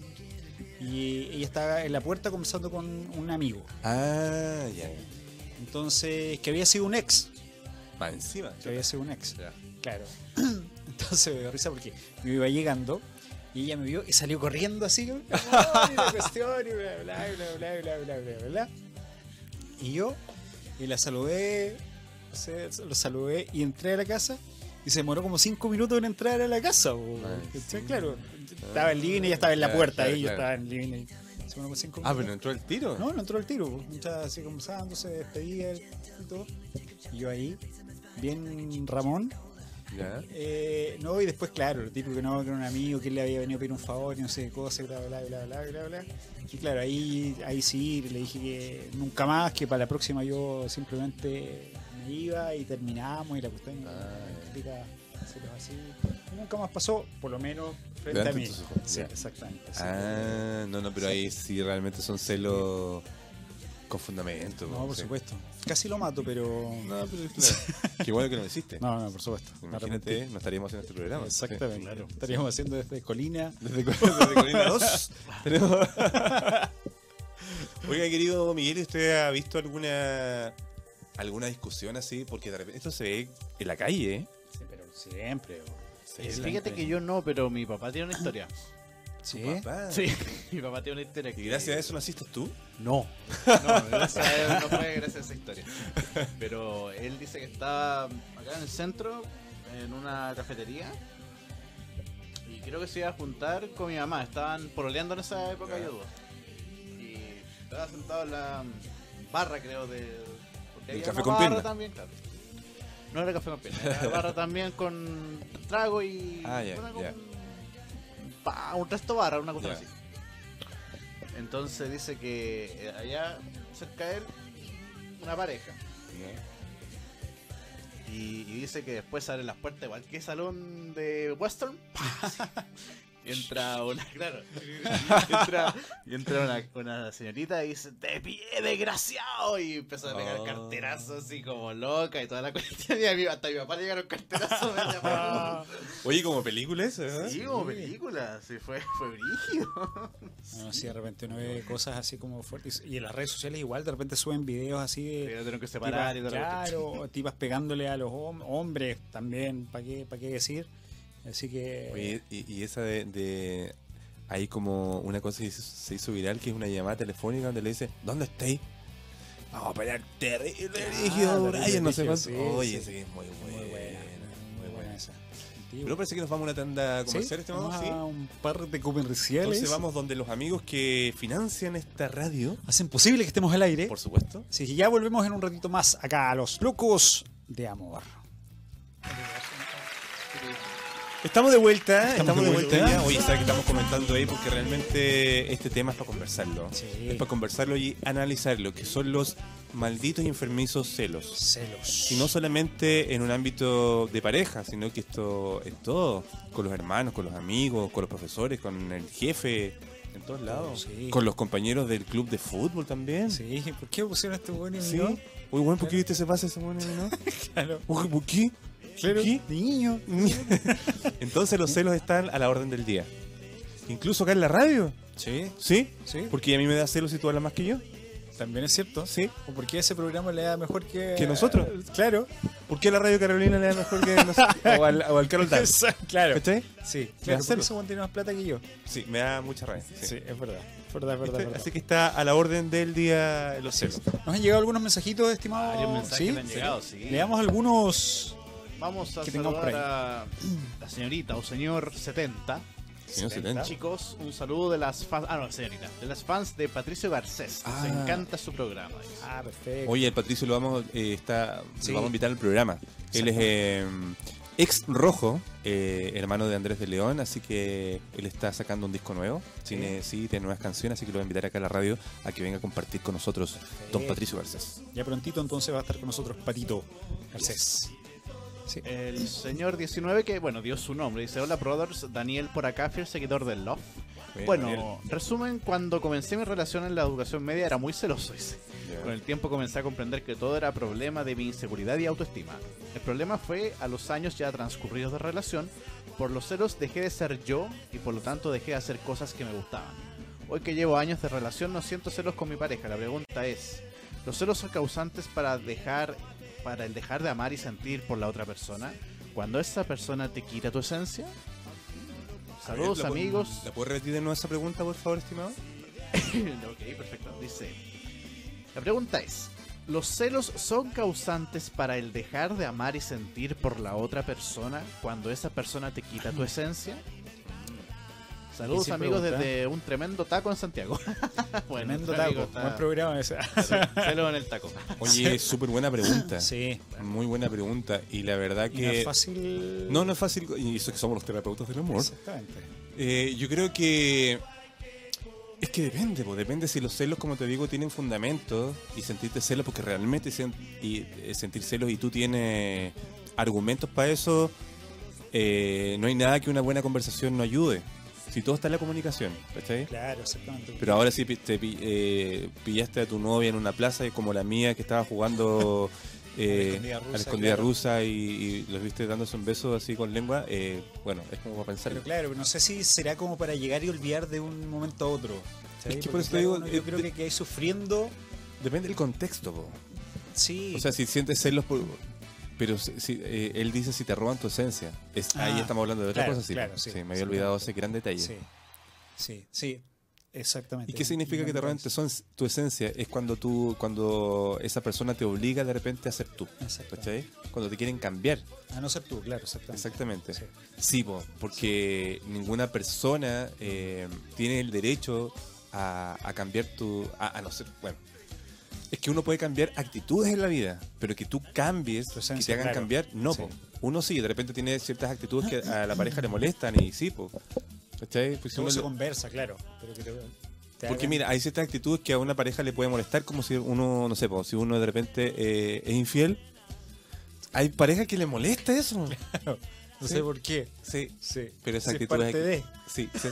Speaker 2: y ella estaba en la puerta conversando con un amigo.
Speaker 1: Ah, ya.
Speaker 2: Entonces, que había sido un ex.
Speaker 1: Va encima.
Speaker 2: Que había sido un ex.
Speaker 1: Ya.
Speaker 2: Claro. Entonces me dio risa porque yo iba llegando y ella me vio y salió corriendo así. como, "Ay, la cuestión", y bla, bla, bla, bla, bla, bla, bla, bla. Y yo y la saludé, o sea, lo saludé y entré a la casa. Y se demoró como cinco minutos en entrar a la casa. po,
Speaker 1: Ah,
Speaker 2: ¿cachai?
Speaker 1: sí. Ah,
Speaker 2: Claro, estaba en living y ella estaba en la
Speaker 1: Claro,
Speaker 2: puerta.
Speaker 1: claro,
Speaker 2: ahí yo
Speaker 1: claro.
Speaker 2: estaba en living. y se demoró como cinco
Speaker 1: Ah,
Speaker 2: minutos.
Speaker 1: pero entró el tiro.
Speaker 2: No, no entró el tiro, po. Mucha así conversando, se despedía y todo. Y yo ahí, bien Ramón,
Speaker 1: Ya.
Speaker 2: eh, no, y después, claro, lo típico que no, que era un amigo que le había venido a pedir un favor y no sé qué cosa, y bla, bla, bla, bla, bla, bla. Y claro, ahí, ahí sí, le dije que nunca más, que para la próxima yo simplemente me iba y terminamos y la cuestión
Speaker 1: Ah, ya.
Speaker 2: explica celos así. Y nunca más pasó, por lo menos frente
Speaker 1: Delante
Speaker 2: a mí.
Speaker 1: de tus ojos,
Speaker 2: Sí,
Speaker 1: ya.
Speaker 2: exactamente. sí.
Speaker 1: Ah, no, no, pero ahí sí realmente son celos con fundamento.
Speaker 2: No, por
Speaker 1: sí.
Speaker 2: supuesto. Casi lo mato, pero.
Speaker 1: No, pero claro. Qué bueno que lo hiciste.
Speaker 2: No, no, por supuesto. me
Speaker 1: Imagínate, no estaríamos haciendo este programa.
Speaker 2: Exactamente.
Speaker 1: Sí,
Speaker 2: Estaríamos haciendo desde Colina.
Speaker 1: Desde, cu- desde Colina 2 tenemos- Oiga, querido Miguel, ¿usted ha visto alguna alguna discusión así? Porque de repente esto se ve en la calle. ¿eh?
Speaker 2: Sí, pero siempre. bo.
Speaker 1: Se
Speaker 2: Sí.
Speaker 1: ve
Speaker 3: Fíjate que yo no, pero mi papá tiene una historia.
Speaker 2: ¿Eh? Sí.
Speaker 1: en la- Papá.
Speaker 3: Sí, mi papá tiene una historia.
Speaker 1: Ah. Y
Speaker 3: que-
Speaker 1: gracias a eso naciste tú.
Speaker 3: No. No, gracias a él, no fue gracias a esa historia. Pero él dice que estaba acá en el centro, en una cafetería. Y creo que se iba a juntar con mi mamá. Estaban poroleando en esa época
Speaker 1: Ya.
Speaker 3: ellos dos. Y estaba sentado en la barra, creo, de. Porque
Speaker 1: Del
Speaker 3: había
Speaker 1: café
Speaker 3: una
Speaker 1: con
Speaker 3: barra
Speaker 1: pierna.
Speaker 3: también, claro. No era café con pierna, era barra también con trago y.
Speaker 1: Ah, ya,
Speaker 3: bueno,
Speaker 1: ya.
Speaker 3: un- pa- un resto barra, una cosa
Speaker 1: Ya.
Speaker 3: así. Entonces dice que eh, allá cerca de él una pareja. Y, y dice que después salen las puertas de cualquier salón de Western. Y entra una, claro. Y entra, y entra una, una señorita y dice, te pillé, desgraciado. Y empezó a pegar
Speaker 1: Oh.
Speaker 3: carterazos así como loca y toda la cuestión. Y a mi, hasta mi papá le llegaron carterazos. de la mano.
Speaker 1: Oye, como película eso, ¿eh?
Speaker 3: sí, como película. Sí, fue, fue brígido.
Speaker 2: No, sí, de repente uno ve cosas así como fuertes. Y en las redes sociales igual, de repente suben videos así de...
Speaker 3: Tuvieron que separar y
Speaker 2: Tipas,
Speaker 3: todo
Speaker 2: claro, tipas pegándole a los hom- hombres también, ¿para qué, pa' qué decir? Así que...
Speaker 1: Oye, y, y esa de, de- Hay como una cosa que se- se hizo viral, que es una llamada telefónica donde le dice, ¿dónde estáis? Vamos a pelear terrible,
Speaker 2: Ah,
Speaker 1: rígido,
Speaker 2: terrible,
Speaker 1: Brian, no sé
Speaker 2: brígido,
Speaker 1: cuánto.
Speaker 2: sí,
Speaker 1: Oye,
Speaker 2: sí.
Speaker 1: ese que es muy
Speaker 2: muy
Speaker 1: buena.
Speaker 2: buena, muy buena esa. antiguo.
Speaker 1: Pero parece que nos vamos a una tanda
Speaker 2: ¿Sí?
Speaker 1: comercial este
Speaker 2: Vamos
Speaker 1: momento,
Speaker 2: a
Speaker 1: ¿sí?
Speaker 2: un par de comerciales.
Speaker 1: Entonces vamos donde los amigos que financian esta radio,
Speaker 2: Hacen posible que estemos al aire.
Speaker 1: por supuesto.
Speaker 2: Así que ya volvemos en un ratito más acá a los locos de amor.
Speaker 1: Estamos de vuelta,
Speaker 2: Estamos
Speaker 1: estamos
Speaker 2: de
Speaker 1: de vuelta
Speaker 2: vuelta.
Speaker 1: ya. Oye, ¿sabes que estamos comentando ahí? Porque realmente este tema es para conversarlo.
Speaker 2: Sí.
Speaker 1: Es para conversarlo y analizarlo, que son los malditos y enfermizos celos.
Speaker 2: Celos.
Speaker 1: Y no solamente en un ámbito de pareja, sino que esto es todo. Con los hermanos, con los amigos, con los profesores, con el jefe, en todos lados.
Speaker 2: Sí.
Speaker 1: Con los compañeros del club de fútbol también. Sí.
Speaker 2: Sí, ¿por qué pusieron a este buen y a mí
Speaker 1: ¿Sí?
Speaker 2: no?
Speaker 1: Uy, bueno, ¿por qué viste ese pase ese bueno, no?
Speaker 2: Claro.
Speaker 1: Uy, ¿por qué?
Speaker 2: Claro.
Speaker 1: ¿Qué?
Speaker 2: Niño.
Speaker 1: Entonces los celos están a la orden del día. Incluso acá en la radio.
Speaker 2: Sí,
Speaker 1: ¿Sí?
Speaker 2: sí.
Speaker 1: Porque a mí me da celos si tú hablas más que yo.
Speaker 2: También es cierto.
Speaker 1: ¿Sí?
Speaker 2: ¿O por qué ese programa le da mejor que.
Speaker 1: Que nosotros.
Speaker 2: Claro.
Speaker 1: ¿Por qué a la radio Carolina le da mejor que nosotros? o, al, o al Carol Dance.
Speaker 2: Exacto, claro.
Speaker 1: ¿Cachai?
Speaker 2: Sí,
Speaker 1: Me da
Speaker 2: claro. Por
Speaker 1: celos.
Speaker 2: eso Juan tiene más plata que yo.
Speaker 1: Sí, me da mucha rabia.
Speaker 2: Sí,
Speaker 1: sí.
Speaker 2: es verdad. Es verdad, es verdad,
Speaker 1: ¿Viste?
Speaker 2: es verdad.
Speaker 1: Así que está a la orden del día los celos.
Speaker 2: Nos han llegado algunos mensajitos, estimado.
Speaker 3: Varios mensajes
Speaker 2: ¿Sí?
Speaker 3: que le han llegado, sí.
Speaker 2: Leamos algunos.
Speaker 3: Vamos a
Speaker 2: que tengamos por
Speaker 3: saludar a la señorita o señor 70.
Speaker 1: Señor
Speaker 2: Setenta.
Speaker 1: 70.
Speaker 3: Chicos, un saludo de las fans. Ah, no, señorita. De las fans de Patricio Garcés. Nos
Speaker 1: Ah.
Speaker 3: encanta su programa.
Speaker 2: Ah, perfecto.
Speaker 1: Oye, el Patricio lo vamos, eh, está,
Speaker 2: Sí.
Speaker 1: lo vamos a invitar al programa. Él es eh, ex rojo, eh, hermano de Andrés de León, así que él está sacando un disco nuevo.
Speaker 2: Sí.
Speaker 1: Tiene, sí, tiene nuevas canciones, así que lo voy a invitar acá a la radio a que venga a compartir con nosotros Don Patricio Garcés.
Speaker 2: Ya prontito entonces va a estar con nosotros Patito Garcés. Sí.
Speaker 3: El señor 19, que bueno, dio su nombre. Dice: Hola, brothers. Daniel por acá, fiel seguidor del Love. Bueno, resumen: cuando comencé mi relación en la educación media era muy celoso. dice. Con el tiempo comencé a comprender que todo era problema de mi inseguridad y autoestima. El problema fue a los años ya transcurridos de relación, por los celos dejé de ser yo y por lo tanto dejé de hacer cosas que me gustaban. Hoy que llevo años de relación no siento celos con mi pareja, la pregunta es, ¿los celos son causantes para dejar para el dejar de amar y sentir por la otra persona cuando esa persona te quita tu esencia? Saludos amigos.
Speaker 1: ¿La puedes repetir de nuevo esa pregunta, por favor, estimado?
Speaker 3: ok, perfecto. Dice, la pregunta es, ¿los celos son causantes para el dejar de amar y sentir por la otra persona cuando esa persona te quita tu esencia? Saludos
Speaker 2: Mm. Difícil
Speaker 3: amigos
Speaker 2: pregunta.
Speaker 3: desde un tremendo taco en Santiago. Bueno,
Speaker 2: Tremendo
Speaker 3: nuestro amigo
Speaker 2: taco.
Speaker 3: está-
Speaker 2: Buen programa ese.
Speaker 3: Celos en el taco.
Speaker 1: Oye, es súper buena pregunta.
Speaker 2: Sí.
Speaker 1: Muy buena pregunta. Y la verdad
Speaker 2: Y no
Speaker 1: que...
Speaker 2: es fácil.
Speaker 1: No, no es fácil. Y eso que somos los terapeutas del amor.
Speaker 2: Exactamente.
Speaker 1: Eh, yo creo que es que depende, pues, depende si los celos, como te digo, tienen fundamento y sentirte celos, porque realmente sen- y, eh, sentir celos y tú tienes argumentos para eso, eh, no hay nada que una buena conversación no ayude. Si todo está en la comunicación, ¿cachai?
Speaker 2: Claro, exactamente.
Speaker 1: Pero ahora sí pi- te pi- eh, pillaste a tu novia en una plaza y como la mía que estaba jugando eh,
Speaker 2: A la escondida rusa,
Speaker 1: a la escondida
Speaker 2: claro.
Speaker 1: rusa y, y los viste dándose un beso así con lengua, eh, bueno, es como para pensar.
Speaker 2: Pero claro, no sé si será como para llegar y olvidar de un momento a otro. ¿sabes?
Speaker 1: Es que
Speaker 2: Porque,
Speaker 1: por eso te
Speaker 2: claro,
Speaker 1: digo,
Speaker 2: uno yo
Speaker 1: eh,
Speaker 2: creo
Speaker 1: de-
Speaker 2: que, que hay sufriendo.
Speaker 1: Depende del contexto, po.
Speaker 2: Sí.
Speaker 1: O sea, si sientes celos por... Pero si- si, eh, él dice si te roban tu esencia. Es, ahí
Speaker 2: Ah,
Speaker 1: estamos hablando de otra
Speaker 2: claro,
Speaker 1: cosa. Sí,
Speaker 2: claro, sí,
Speaker 1: me había olvidado ese gran detalle.
Speaker 2: sí. Sí, sí. Exactamente.
Speaker 1: ¿Y qué significa que te roben tu son- tu esencia? Es cuando tú, cuando esa persona te obliga de repente a ser tú.
Speaker 2: Exacto.
Speaker 1: ¿Cachai? Cuando te quieren cambiar.
Speaker 2: A no ser tú, claro, exactamente.
Speaker 1: Exactamente.
Speaker 2: Sí.
Speaker 1: Sí, po, porque ninguna persona eh, tiene el derecho a, a cambiar tu. A, a no ser. Bueno. Es que uno puede cambiar actitudes en la vida, pero que tú cambies,
Speaker 2: Tu
Speaker 1: que
Speaker 2: esencia,
Speaker 1: te hagan
Speaker 2: claro.
Speaker 1: cambiar, no,
Speaker 2: Sí.
Speaker 1: po. Uno sí, de repente tiene ciertas actitudes que a la pareja le molestan y sí, po. ¿Cachai? Pues si
Speaker 2: Todo
Speaker 1: uno
Speaker 2: se
Speaker 1: le-
Speaker 2: conversa, claro. Pero que te- te
Speaker 1: porque
Speaker 2: hagan-
Speaker 1: mira, hay ciertas actitudes que a una pareja le puede molestar, como si uno, no sé, po, si uno de repente eh, es infiel. Hay parejas que le molesta eso.
Speaker 2: No
Speaker 1: sí.
Speaker 2: sé por qué.
Speaker 1: Sí,
Speaker 2: Sí.
Speaker 1: pero esa
Speaker 2: Sí,
Speaker 1: actitud es-
Speaker 2: parte de.
Speaker 1: sí, sí.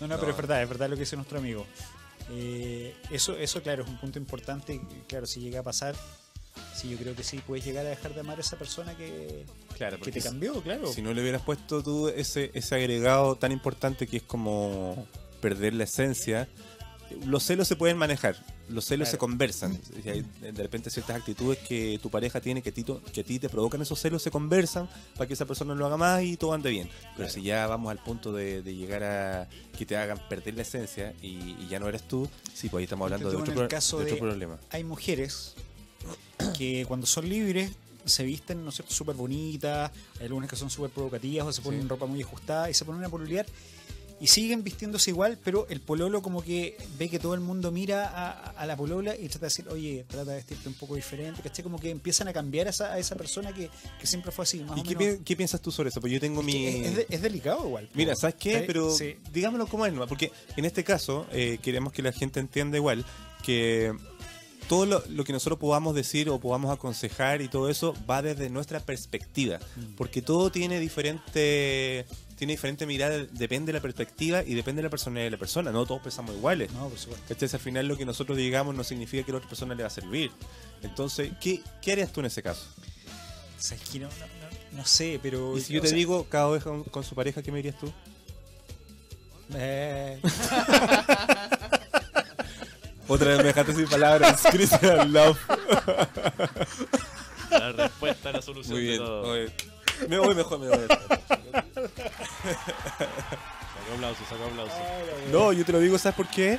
Speaker 2: No, no, pero
Speaker 1: No.
Speaker 2: es verdad, es verdad lo que dice nuestro amigo. Eh, eso, eso, claro, es un punto importante. y, Claro, si llega a pasar, sí, yo creo que sí, puedes llegar a dejar de amar a esa persona que,
Speaker 1: Claro,
Speaker 2: que
Speaker 1: porque
Speaker 2: te
Speaker 1: si-
Speaker 2: cambió, claro.
Speaker 1: Si no le hubieras puesto tú ese, ese agregado tan importante que es como perder la esencia, los celos se pueden manejar, los celos
Speaker 2: Claro.
Speaker 1: se conversan. Y hay de repente ciertas actitudes que tu pareja tiene que, a ti to- que a ti te provocan esos celos se conversan para que esa persona no lo haga más y todo ande bien. Pero
Speaker 2: Claro.
Speaker 1: si ya vamos al punto de, de llegar a que te hagan perder la esencia y, y ya no eres tú, sí, pues ahí estamos hablando de
Speaker 2: Ponte tú
Speaker 1: otro,
Speaker 2: en el
Speaker 1: pro-
Speaker 2: caso
Speaker 1: de otro
Speaker 2: de-
Speaker 1: problema.
Speaker 2: Hay mujeres que cuando son libres se visten, ¿no es cierto?, súper bonitas, hay algunas que son súper provocativas o se ponen
Speaker 1: Sí.
Speaker 2: ropa muy ajustada y se ponen a pololear y siguen vistiéndose igual, pero el pololo como que ve que todo el mundo mira a, a la polola y trata de decir, oye, trata de vestirte un poco diferente, ¿cachai? Como que empiezan a cambiar a esa, a esa persona que, que siempre fue así, más
Speaker 1: ¿Y
Speaker 2: o
Speaker 1: qué,
Speaker 2: menos.
Speaker 1: pi- qué piensas tú sobre eso? Pues yo tengo mi...
Speaker 2: Es, es de- es delicado igual. po.
Speaker 1: Mira, ¿sabes qué?
Speaker 2: Sí,
Speaker 1: Pero
Speaker 2: sí.
Speaker 1: digámoslo como es, nomás, porque en este caso eh, queremos que la gente entienda igual que todo lo, lo que nosotros podamos decir o podamos aconsejar y todo eso va desde nuestra perspectiva, porque todo tiene diferente tiene diferente mirada, depende de la perspectiva y depende de la personalidad de la persona, no todos pensamos iguales.
Speaker 2: No, por supuesto.
Speaker 1: ¿Cachai? Si al final lo que nosotros digamos no significa que a la otra persona le va a servir. Entonces, ¿qué, qué harías tú en ese caso?
Speaker 2: ¿Sabes qué? No, no, no- no sé, pero...
Speaker 1: Y si yo
Speaker 2: o
Speaker 1: te
Speaker 2: sea,
Speaker 1: digo cada oveja con- con su pareja, ¿qué me dirías tú?
Speaker 2: eh,
Speaker 1: Otra vez me dejaste sin palabras. Christian Love.
Speaker 4: La respuesta a la solución
Speaker 1: Muy
Speaker 4: de
Speaker 1: bien.
Speaker 4: todo.
Speaker 1: oye. Me voy mejor, me voy.
Speaker 4: Saca aplauso, saca aplauso.
Speaker 1: No, yo te lo digo, ¿sabes por qué?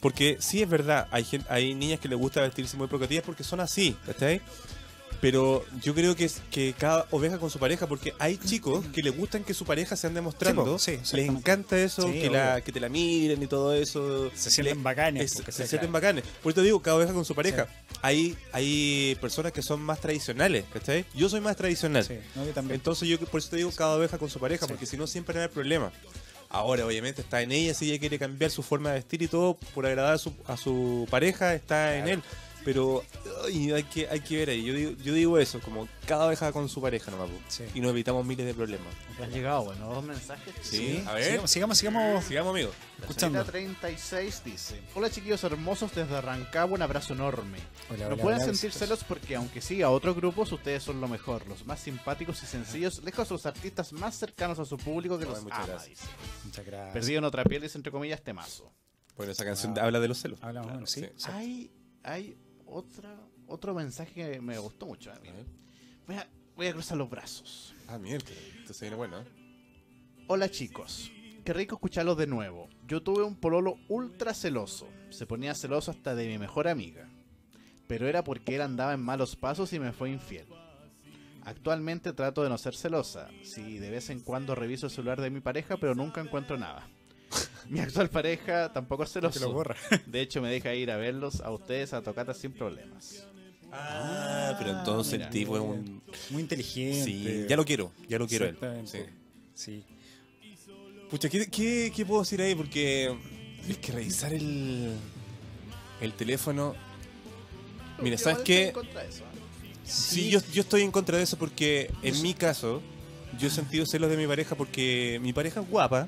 Speaker 1: Porque sí es verdad, hay, gen- hay niñas que les gusta vestirse muy provocativas porque son así, ¿cachai? Pero yo creo que, es, que cada oveja con su pareja, porque hay chicos que les gustan que su pareja se ande mostrando,
Speaker 2: Sí, po, sí,
Speaker 1: les
Speaker 2: exactamente.
Speaker 1: encanta eso,
Speaker 2: Sí,
Speaker 1: que, la,
Speaker 2: obvio.
Speaker 1: que te la miren y todo eso.
Speaker 2: Se sienten
Speaker 1: Le-
Speaker 2: bacanes,
Speaker 1: es-
Speaker 2: porque
Speaker 1: se
Speaker 2: sí,
Speaker 1: sienten
Speaker 2: claro.
Speaker 1: bacanes. Por eso te digo, cada oveja con su pareja. Hay, hay personas que son más tradicionales, ¿cachai? Yo soy más tradicional.
Speaker 2: sí, no, yo también.
Speaker 1: Entonces yo por eso te digo cada oveja con su pareja,
Speaker 2: Sí.
Speaker 1: porque si no siempre va a haber problemas. Ahora, obviamente, está en ella, si ella quiere cambiar su forma de vestir y todo por agradar a su, a su pareja, está en él. Pero ay, hay, que, hay que ver ahí. Yo digo, yo digo eso, como cada oveja con su pareja nomás. po.
Speaker 2: Sí.
Speaker 1: Y nos evitamos miles de problemas.
Speaker 3: Han llegado, bueno, dos mensajes.
Speaker 1: Sí, a ver.
Speaker 2: Sigamos, sigamos, sigamos
Speaker 1: Sigamos, amigos.
Speaker 2: escuchando.
Speaker 3: La 36 dice: Hola chiquillos hermosos desde Rancagua, un abrazo enorme.
Speaker 2: Hola,
Speaker 3: no
Speaker 2: hola,
Speaker 3: pueden
Speaker 2: hola,
Speaker 3: sentir
Speaker 2: besitos.
Speaker 3: celos porque, aunque sí, a otros grupos ustedes son lo mejor, los más simpáticos y sencillos, lejos de los artistas más cercanos a su público que
Speaker 1: Ay,
Speaker 3: los
Speaker 1: muchas
Speaker 3: ama,
Speaker 1: gracias.
Speaker 3: dice.
Speaker 2: Muchas gracias.
Speaker 3: Perdido en otra piel, dice entre comillas, temazo.
Speaker 1: Bueno, esa canción
Speaker 2: Ah.
Speaker 1: habla de los celos.
Speaker 2: Hablamos, bueno, sí.
Speaker 1: sí.
Speaker 2: exacto.
Speaker 3: Hay, hay otra, otro mensaje que me gustó mucho. eh,
Speaker 1: A
Speaker 3: mira.
Speaker 1: ver.
Speaker 3: Voy a, voy a cruzar los brazos.
Speaker 1: Ah, mierda. Entonces viene bueno. ¿eh?
Speaker 3: Hola chicos, qué rico escucharlos de nuevo. Yo tuve un pololo ultra celoso. Se ponía celoso hasta de mi mejor amiga. Pero era porque él andaba en malos pasos y me fue infiel. Actualmente trato de no ser celosa. Sí, de vez en cuando reviso el celular de mi pareja, pero nunca encuentro nada. Mi actual pareja tampoco es
Speaker 2: Que lo
Speaker 3: celoso.
Speaker 2: borra.
Speaker 3: De hecho, me deja ir a verlos a ustedes a tocatas sin problemas.
Speaker 1: Ah, pero entonces
Speaker 3: mira.
Speaker 1: el tipo es un.
Speaker 2: Muy inteligente.
Speaker 1: Sí, ya lo quiero, ya lo quiero él. Sí.
Speaker 2: Exactamente. Sí.
Speaker 1: Pucha, ¿qué, qué, qué puedo decir ahí? Porque es que revisar el, el teléfono. Mira, ¿sabes qué?
Speaker 3: ¿eh?
Speaker 1: Sí, yo, yo estoy en contra de eso porque en mi caso, yo he sentido celos de mi pareja porque mi pareja es guapa,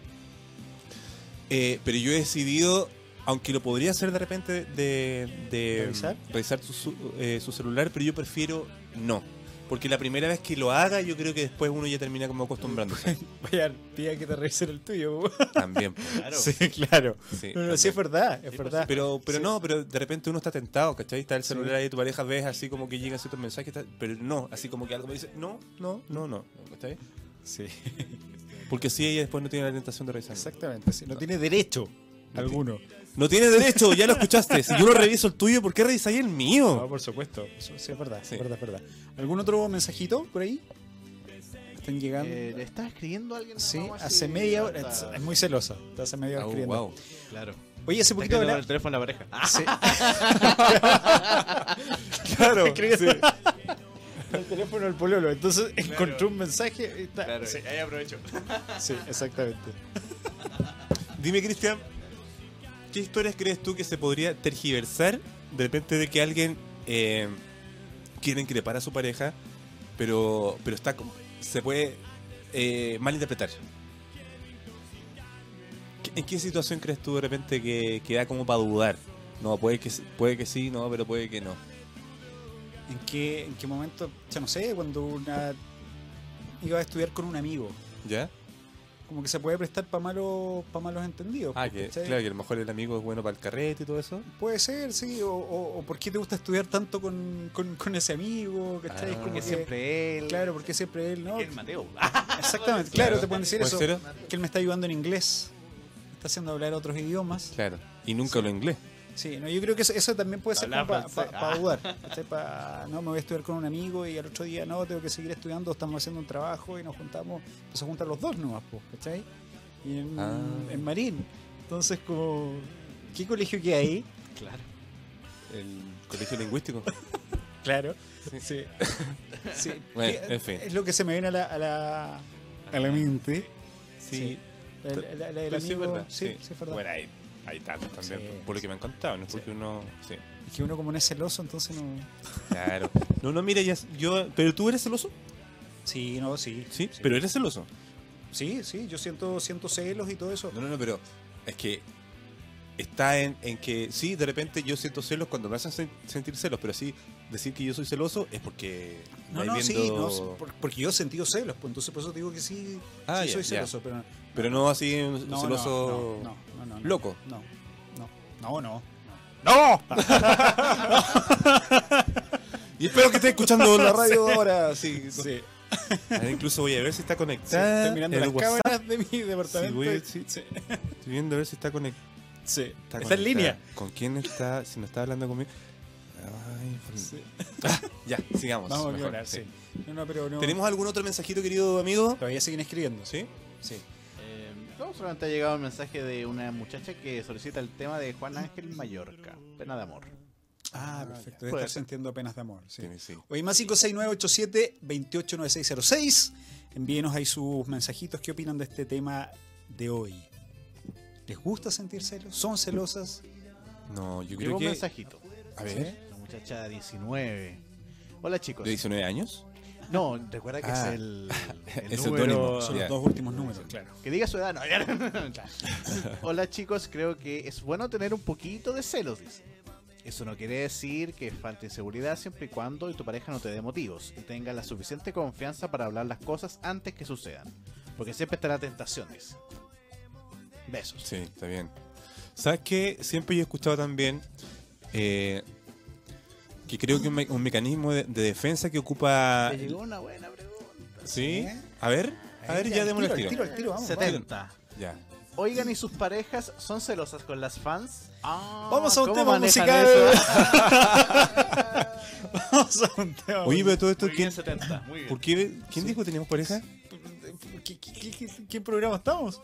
Speaker 1: eh, pero yo he decidido, aunque lo podría hacer de repente, de, de
Speaker 2: ¿Revisar?
Speaker 1: revisar su, su- eh, su celular, pero yo prefiero no. Porque la primera vez que lo haga, yo creo que después uno ya termina como acostumbrándose.
Speaker 2: Vaya, tía que te revisen el tuyo. po.
Speaker 1: También. pues,
Speaker 4: Claro.
Speaker 2: Sí, claro.
Speaker 1: Sí,
Speaker 2: No, no, sí,
Speaker 1: también.
Speaker 2: es verdad, es
Speaker 4: Sí,
Speaker 2: verdad.
Speaker 1: Pero, pero
Speaker 2: Sí.
Speaker 1: no, pero de repente uno está tentado, ¿cachai? Está el
Speaker 2: Sí.
Speaker 1: celular ahí, tu pareja ves así como que llegan ciertos mensajes, tal, pero no, así como que algo me dice, no, no, no, no, ¿cachai?
Speaker 2: Sí,
Speaker 1: Porque si ella después no tiene la tentación de revisarlo.
Speaker 2: exactamente. sí. No tiene derecho alguno.
Speaker 1: No tiene derecho, ya lo escuchaste. Si yo no reviso el tuyo, ¿por qué revisáis el
Speaker 2: No,
Speaker 1: mío?
Speaker 2: Ah, por supuesto. Sí, es verdad,
Speaker 1: Sí.
Speaker 2: es verdad, es verdad. ¿Algún otro mensajito por ahí? Están llegando.
Speaker 3: Eh, ¿Le estás escribiendo a alguien?
Speaker 2: sí,
Speaker 3: Vamos
Speaker 2: hace
Speaker 3: así,
Speaker 2: media hora. Es,
Speaker 3: hasta-
Speaker 2: es muy celosa. Está hace media hora
Speaker 1: Oh,
Speaker 2: escribiendo.
Speaker 1: wow.
Speaker 3: Claro.
Speaker 2: Oye, hace poquito
Speaker 3: Está escribiendo con
Speaker 2: habla-
Speaker 3: el teléfono en la pareja.
Speaker 2: Sí.
Speaker 1: Claro.
Speaker 2: el teléfono del pololo. Entonces encontré un mensaje. y está-
Speaker 3: Claro, Ah,
Speaker 2: sí,
Speaker 3: ahí aprovecho.
Speaker 2: sí, exactamente.
Speaker 1: Dime, Cristian, ¿qué historias crees tú que se podría tergiversar de repente de que alguien eh, quiere increpar a su pareja, pero, pero está como- se puede eh, malinterpretar? ¿Qué- ¿En qué situación crees tú de repente que, que da como para dudar? No, puede que, sí- puede que sí, no, pero puede que no.
Speaker 2: ¿En qué, en qué momento? Ya no sé, cuando una iba a estudiar con un amigo.
Speaker 1: ¿Ya?
Speaker 2: Como que se puede prestar para malos, para malos entendidos.
Speaker 1: Ah, que,
Speaker 2: ¿cachai?
Speaker 1: claro, que a lo mejor el amigo es bueno para el carrete y todo eso.
Speaker 2: Puede ser, sí. O, o- o por qué te gusta estudiar tanto con, con- con ese amigo. ¿cachai?
Speaker 1: Ah.
Speaker 2: Es como
Speaker 1: Porque
Speaker 2: que-
Speaker 3: Porque siempre él.
Speaker 2: Claro, porque siempre él, ¿no?
Speaker 3: El Mateo. Ah.
Speaker 2: Exactamente, claro,
Speaker 1: Claro.
Speaker 2: te pueden decir
Speaker 1: ¿Puede
Speaker 2: eso.
Speaker 1: ser?
Speaker 2: Que él me está ayudando en inglés. Está haciendo hablar otros idiomas.
Speaker 1: Claro. Y nunca lo inglés.
Speaker 2: Sí, no, yo creo que eso, eso también puede ser
Speaker 4: Habla
Speaker 2: para
Speaker 4: francés.
Speaker 1: Ah.
Speaker 2: dudar. ¿cachai? Pa- no, me voy a estudiar con un amigo y al otro día no, tengo que seguir estudiando, estamos haciendo un trabajo y nos juntamos, pues se juntan los dos nomás, po, ¿cachai? Y en,
Speaker 1: Ah.
Speaker 2: en Marín. Entonces, como, ¿qué colegio que hay?
Speaker 3: Claro.
Speaker 1: El colegio lingüístico.
Speaker 2: Claro. Sí. Sí.
Speaker 1: Bueno,
Speaker 2: Que-
Speaker 1: en fin.
Speaker 2: Es lo que se me viene a la, a la, a la mente.
Speaker 1: Sí.
Speaker 2: La, la- la- la del
Speaker 1: Pero Pues sí,
Speaker 2: amigo-
Speaker 1: verdad,
Speaker 2: sí,
Speaker 1: sí.
Speaker 2: sí, es verdad.
Speaker 1: Bueno, hay, hay tantos también,
Speaker 2: Sí,
Speaker 1: por lo que me han contado, no es porque uno... Sí,
Speaker 2: Es que uno como no es celoso, entonces no...
Speaker 1: claro. No, no, mira, ya, yo... ¿Pero tú eres celoso?
Speaker 2: Sí, no, sí.
Speaker 1: Sí, pero eres celoso.
Speaker 2: Sí, sí, yo siento, siento celos y todo eso.
Speaker 1: No, no, no, pero es que está en, en que sí, de repente yo siento celos cuando me hacen sen- sentir celos, pero sí, decir que yo soy celoso es porque...
Speaker 2: No,
Speaker 1: vais
Speaker 2: no, sí,
Speaker 1: viendo-
Speaker 2: no, sí, por- porque yo he sentido celos, pues entonces por eso te digo que sí,
Speaker 1: Ah,
Speaker 2: sí
Speaker 1: ya,
Speaker 2: soy
Speaker 1: ya.
Speaker 2: celoso, pero no,
Speaker 1: Pero no así un
Speaker 2: no,
Speaker 1: celoso...
Speaker 2: no, no, no, no, no,
Speaker 1: loco.
Speaker 2: No, no, no, no.
Speaker 1: Y espero que esté escuchando la radio ahora. Sí,
Speaker 2: Sí, sí,
Speaker 1: Ahora incluso voy a ver si está conectada.
Speaker 2: estoy mirando
Speaker 1: en
Speaker 2: las
Speaker 1: el WhatsApp.
Speaker 2: cámaras de mi departamento.
Speaker 1: voy a-
Speaker 2: sí,
Speaker 1: sí.
Speaker 2: sí,
Speaker 1: Estoy viendo a ver si está conectada.
Speaker 2: sí. Está, en
Speaker 1: conectada.
Speaker 2: línea.
Speaker 1: ¿Con quién está? Si no está hablando conmigo. Ay, por-
Speaker 2: Sí.
Speaker 1: Ya, sigamos.
Speaker 2: pues, Vamos a
Speaker 1: Mm. mejor,
Speaker 2: hablar,
Speaker 1: sí.
Speaker 2: sí. No, no, pero no.
Speaker 1: ¿Tenemos algún otro mensajito, querido amigo?
Speaker 2: Todavía siguen escribiendo.
Speaker 1: ¿Sí?
Speaker 2: Sí.
Speaker 3: Eh, no, solamente ha llegado un mensaje de una muchacha que solicita el tema de Juan Ángel Mallorca. Pena de amor.
Speaker 2: Ah, perfecto. Debe
Speaker 3: puede
Speaker 2: estar
Speaker 3: ser.
Speaker 2: sintiendo apenas de amor. Sí.
Speaker 1: Sí, sí.
Speaker 2: Hoy más 569-87-289606. Envíenos ahí sus mensajitos. ¿Qué opinan de este tema de hoy? ¿Les gusta sentir celos? ¿Son celosas?
Speaker 1: No, yo
Speaker 3: Llegó
Speaker 1: creo
Speaker 3: un
Speaker 1: que.
Speaker 3: mensajito.
Speaker 1: A ver.
Speaker 3: La muchacha 19. Hola chicos.
Speaker 1: ¿De 19 años?
Speaker 3: No, recuerda que
Speaker 1: Ah.
Speaker 3: es el, el
Speaker 1: Es
Speaker 3: número.
Speaker 1: seudónimo.
Speaker 2: Son
Speaker 1: Ya.
Speaker 2: los dos últimos números, claro.
Speaker 3: Que diga su edad, no, ya no. Hola chicos, creo que es bueno tener un poquito de celos, dice. Eso no quiere decir que falte inseguridad siempre y cuando tu pareja no te dé motivos y tenga la suficiente confianza para hablar las cosas antes que sucedan. Porque siempre estará tentación, dice. Besos.
Speaker 1: Sí, está bien. ¿Sabes qué? Siempre yo he escuchado también eh, que creo que un, me- un mecanismo de, de defensa que
Speaker 2: Ah,
Speaker 1: ocupa.
Speaker 3: Me llegó una buena pregunta.
Speaker 1: ¿sí.
Speaker 2: ¿Eh?
Speaker 1: A ver, a ver, ya démosle
Speaker 2: al
Speaker 1: el
Speaker 2: tiro,
Speaker 1: tiro.
Speaker 2: al tiro, vamos. vamos.
Speaker 3: 70.
Speaker 1: Ya.
Speaker 3: Oigan, ¿y sus parejas son celosas con las fans? Ah,
Speaker 2: Vamos a un
Speaker 3: ¿cómo
Speaker 2: tema
Speaker 3: manejan
Speaker 2: musical.
Speaker 3: eso?
Speaker 2: Vamos a un tema.
Speaker 1: Oye, pero todo esto,
Speaker 4: Muy
Speaker 1: ¿quién,
Speaker 4: bien, 70. Muy bien.
Speaker 1: ¿por qué, ¿quién dijo que teníamos pareja?
Speaker 2: ¿Qué, qué, qué- qué- qué programa estamos?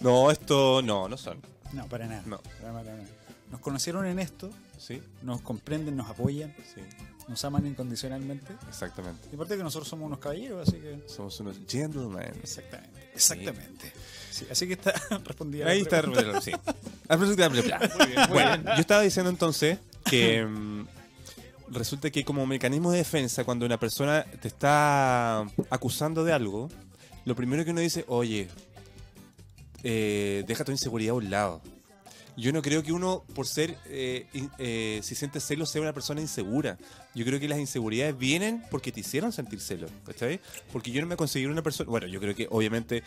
Speaker 1: No, esto no, no son.
Speaker 2: No, para nada.
Speaker 1: No.
Speaker 2: Para nada, para nada. Nos conocieron en esto,
Speaker 1: Sí,
Speaker 2: nos comprenden, nos apoyan,
Speaker 1: sí,
Speaker 2: nos aman incondicionalmente.
Speaker 1: exactamente.
Speaker 2: Y aparte que nosotros somos unos caballeros, así que...
Speaker 1: Somos unos gentlemen.
Speaker 2: Exactamente, exactamente. Sí, así que está respondida. la
Speaker 1: Ahí está,
Speaker 2: pregunta.
Speaker 1: sí. Bueno, yo estaba diciendo entonces que mm, resulta que como mecanismo de defensa, cuando una persona te está acusando de algo, lo primero que uno dice, oye, eh, deja tu inseguridad a un lado. Yo no creo que uno, por ser, eh, in- eh, si siente celos, sea una persona insegura. Yo creo que las inseguridades vienen porque te hicieron sentir celos, ¿cachai? Porque yo no me considero una persona... Bueno, yo creo que obviamente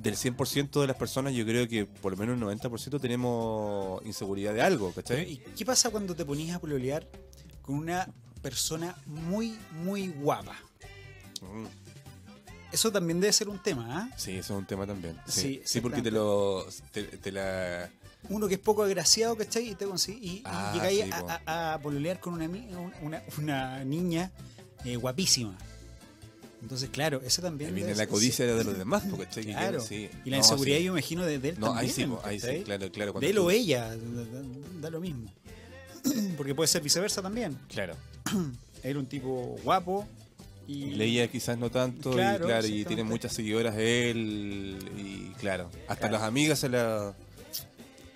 Speaker 1: del 100% de las personas, yo creo que por lo menos un 90% tenemos inseguridad de algo, ¿cachai?
Speaker 2: ¿Y qué pasa cuando te ponías a pololear con una persona muy, muy guapa?
Speaker 1: Mm,
Speaker 2: Eso también debe ser un tema, ¿ah?
Speaker 1: Sí, eso es un tema también. Sí,
Speaker 2: Sí,
Speaker 1: sí, porque te lo... Te, te la...
Speaker 2: Uno que es poco agraciado, ¿cachai? Y te consi- y, y
Speaker 1: Ah,
Speaker 2: llegáis
Speaker 1: sí,
Speaker 2: a,
Speaker 1: po.
Speaker 2: a- a pololear con una, ami- un- una, una niña eh, guapísima. Entonces, claro, eso
Speaker 1: Ahí
Speaker 2: también.
Speaker 1: viene
Speaker 2: debe
Speaker 1: la
Speaker 2: ser-
Speaker 1: codicia de los demás, porque ¿cachai? Que yo-
Speaker 2: Claro.
Speaker 1: sí.
Speaker 2: Y la
Speaker 1: No,
Speaker 2: inseguridad,
Speaker 1: sí.
Speaker 2: yo me imagino, de, de él
Speaker 1: No, ahí sí,
Speaker 2: también.
Speaker 1: po, ahí sí,
Speaker 2: ¿cachai?
Speaker 1: claro, claro. cuando
Speaker 2: De él
Speaker 1: tú-
Speaker 2: o ella, da, da- da lo mismo. Porque puede ser viceversa también.
Speaker 1: Claro.
Speaker 2: Era un tipo guapo y.
Speaker 1: Leía quizás no tanto
Speaker 2: Claro,
Speaker 1: y claro, y tiene
Speaker 2: exactamente.
Speaker 1: muchas seguidoras él y claro, hasta
Speaker 2: Claro.
Speaker 1: las amigas se la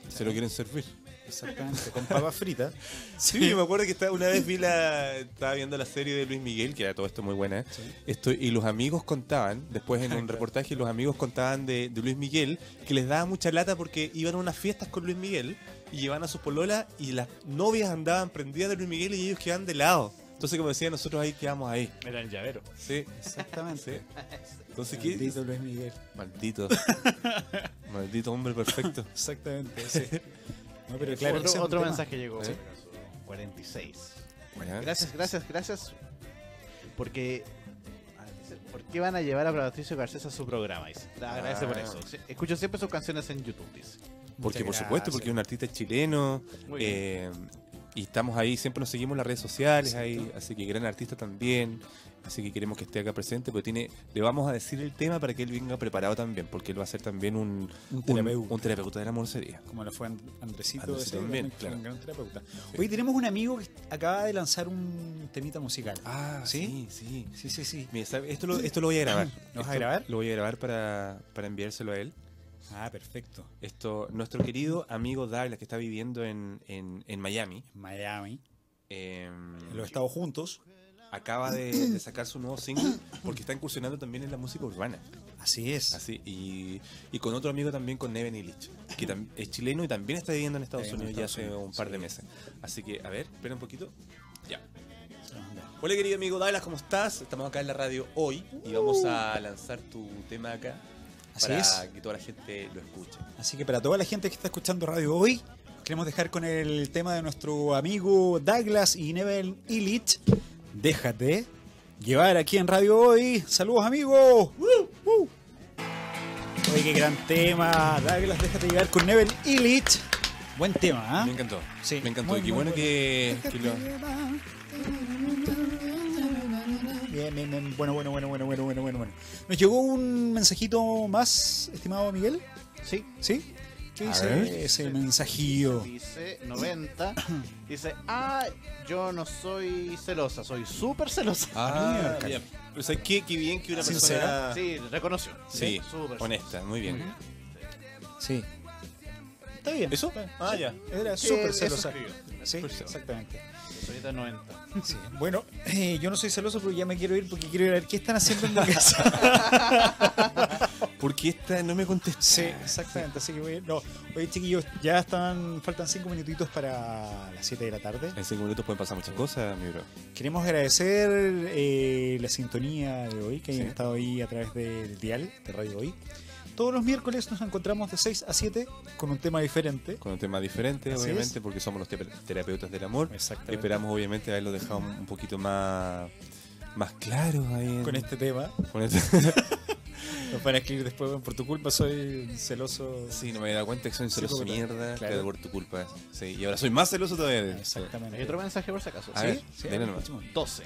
Speaker 1: se lo quieren servir.
Speaker 2: Exactamente, con papas fritas.
Speaker 1: Sí, yo me acuerdo que estaba- una vez vi la estaba viendo la serie de Luis Miguel, que era todo esto muy buena.
Speaker 2: Sí.
Speaker 1: Esto, y los amigos contaban, después en un reportaje los amigos contaban de, de Luis Miguel, que les daba mucha lata porque iban a unas fiestas con Luis Miguel y llevaban a sus pololas y las novias andaban prendidas de Luis Miguel y ellos quedaban de lado. Entonces, como decía, nosotros ahí quedamos ahí.
Speaker 4: Era el llavero.
Speaker 1: Sí,
Speaker 2: Exactamente.
Speaker 1: entonces, ¿qué?
Speaker 2: Maldito Luis Miguel.
Speaker 1: Maldito. Maldito hombre perfecto.
Speaker 2: Exactamente, sí. No, pero claro, ese es
Speaker 3: otro
Speaker 2: un
Speaker 3: otro
Speaker 2: tema.
Speaker 3: mensaje llegó.
Speaker 1: Sí. Ah.
Speaker 3: 46.
Speaker 1: Bueno,
Speaker 3: Gracias, gracias, gracias. Porque. a ver, dice, ¿Por qué van a llevar a Patricio Garcés a su programa? Dice. Le agradece por
Speaker 1: Ah.
Speaker 3: eso. Sí, Escucho siempre sus canciones en YouTube, dice.
Speaker 1: Porque, por
Speaker 2: Muchas
Speaker 1: supuesto,
Speaker 2: gracias.
Speaker 1: porque es un artista chileno.
Speaker 3: Muy bien.
Speaker 1: eh, y estamos ahí, siempre nos seguimos en las redes sociales ahí.
Speaker 2: Exacto.
Speaker 1: Así que gran artista también. Así que queremos que esté acá presente, pero tiene, le vamos a decir el tema para que él venga preparado también, porque él va a ser también un,
Speaker 2: Un
Speaker 1: un, un terapeuta de la morcería.
Speaker 2: como lo fue And- Andresito,
Speaker 1: Andresito
Speaker 2: ese,
Speaker 1: también,
Speaker 2: un-
Speaker 1: claro.
Speaker 2: un gran terapeuta. Hoy tenemos un amigo que acaba de lanzar un temita musical.
Speaker 1: Ah,
Speaker 2: ¿Sí?
Speaker 1: sí.
Speaker 2: Sí, sí, sí.
Speaker 1: Mira, ¿sabe? Esto, lo, esto lo voy a grabar.
Speaker 2: ¿Lo vas a
Speaker 1: Esto
Speaker 2: grabar?
Speaker 1: Lo voy a grabar para, para enviárselo a él.
Speaker 2: Ah, perfecto.
Speaker 1: Esto, nuestro querido amigo Douglas, que está viviendo en, en- en Miami,
Speaker 2: En Miami,
Speaker 1: eh,
Speaker 2: en los estados juntos.
Speaker 1: acaba de, de sacar su nuevo single porque está incursionando también en la música urbana.
Speaker 2: Así es.
Speaker 1: Así, y, y con otro amigo también, con Neven Illich, que tam- es chileno y también está viviendo en Estados
Speaker 2: Está viviendo
Speaker 1: Unidos
Speaker 2: en
Speaker 1: ya
Speaker 2: Estados
Speaker 1: hace
Speaker 2: Unidos,
Speaker 1: un par de
Speaker 2: sí.
Speaker 1: meses. Así que, a ver, espera un poquito. Ya.
Speaker 2: Se lo mandamos.
Speaker 1: Hola querido amigo Douglas, ¿cómo estás? Estamos acá en la radio hoy y vamos a lanzar tu tema acá
Speaker 2: Así
Speaker 1: para
Speaker 2: es.
Speaker 1: que toda la gente lo escuche.
Speaker 2: Así que para toda la gente que está escuchando radio hoy, los queremos dejar con el tema de nuestro amigo Douglas y Nevel Illich. Déjate llevar aquí en radio hoy. Saludos amigos. ¡Uh! ¡Uh! Oye, qué gran tema. Douglas, déjate llevar con Nevel Illich. Buen tema, ¿ah?
Speaker 1: Me encantó.
Speaker 2: Sí,
Speaker 1: me encantó.
Speaker 2: muy,
Speaker 1: y qué
Speaker 2: muy
Speaker 1: bueno
Speaker 2: bueno.
Speaker 1: que, que lo-
Speaker 2: Bien, bien, bien. Bueno, bueno, bueno, bueno, bueno, bueno, bueno, bueno. Nos llegó un mensajito más, estimado Miguel.
Speaker 3: Sí.
Speaker 2: ¿Sí? ¿Qué
Speaker 1: A
Speaker 2: dice
Speaker 1: ver.
Speaker 2: ese mensajillo?
Speaker 3: Dice 90. Dice, ah, yo no soy celosa, soy súper celosa.
Speaker 1: Ah,
Speaker 2: Mira,
Speaker 1: bien. O sea, qué, qué bien que una
Speaker 2: Sincera.
Speaker 1: persona...
Speaker 3: Sí, reconoció.
Speaker 1: Ah. Sí,
Speaker 3: súper.
Speaker 1: honesta, muy bien.
Speaker 2: Sí. Está bien.
Speaker 1: ¿Eso? Ah, ya.
Speaker 2: Era
Speaker 3: Sí,
Speaker 2: súper
Speaker 3: eso
Speaker 2: celosa.
Speaker 3: escribió.
Speaker 2: Sí,
Speaker 1: Súper celosa.
Speaker 2: exactamente.
Speaker 1: E.
Speaker 3: Solita 90.
Speaker 2: Sí. Bueno, eh, yo no soy celoso, pero ya me quiero ir porque quiero ir a ver qué están haciendo en la casa.
Speaker 1: Porque esta no me contesta.
Speaker 2: Sí, exactamente. Así que voy a ir- No. Oye, chiquillos, ya están. Faltan cinco minutitos para las 7 de la tarde.
Speaker 1: En cinco minutos pueden pasar muchas cosas, mi bro.
Speaker 2: Queremos agradecer eh, la sintonía de hoy, que hayan
Speaker 1: Sí.
Speaker 2: estado ahí a través del dial de Radio Hoy. Todos los miércoles nos encontramos de 6 a 7 con un tema diferente.
Speaker 1: Con un tema diferente,
Speaker 2: Así
Speaker 1: obviamente,
Speaker 2: es.
Speaker 1: porque somos los terape- terapeutas del amor.
Speaker 2: Exactamente.
Speaker 1: Esperamos, obviamente, haberlo dejado un un poquito más, más claro ahí. en-
Speaker 2: Con este tema.
Speaker 1: con este-
Speaker 2: Nos van a escribir después, "Bueno, por tu culpa soy celoso.
Speaker 1: Sí, no me he dado cuenta que soy un celoso
Speaker 2: Psicópata.
Speaker 1: mierda,
Speaker 2: Claro.
Speaker 1: claro, por tu culpa. Sí, y ahora soy más celoso todavía. Sí.
Speaker 2: Exactamente.
Speaker 3: Hay otro mensaje por si acaso.
Speaker 1: A
Speaker 3: ¿Sí?
Speaker 1: ver, dale
Speaker 2: ahora
Speaker 1: nomás.
Speaker 2: escuchemos.
Speaker 3: 12.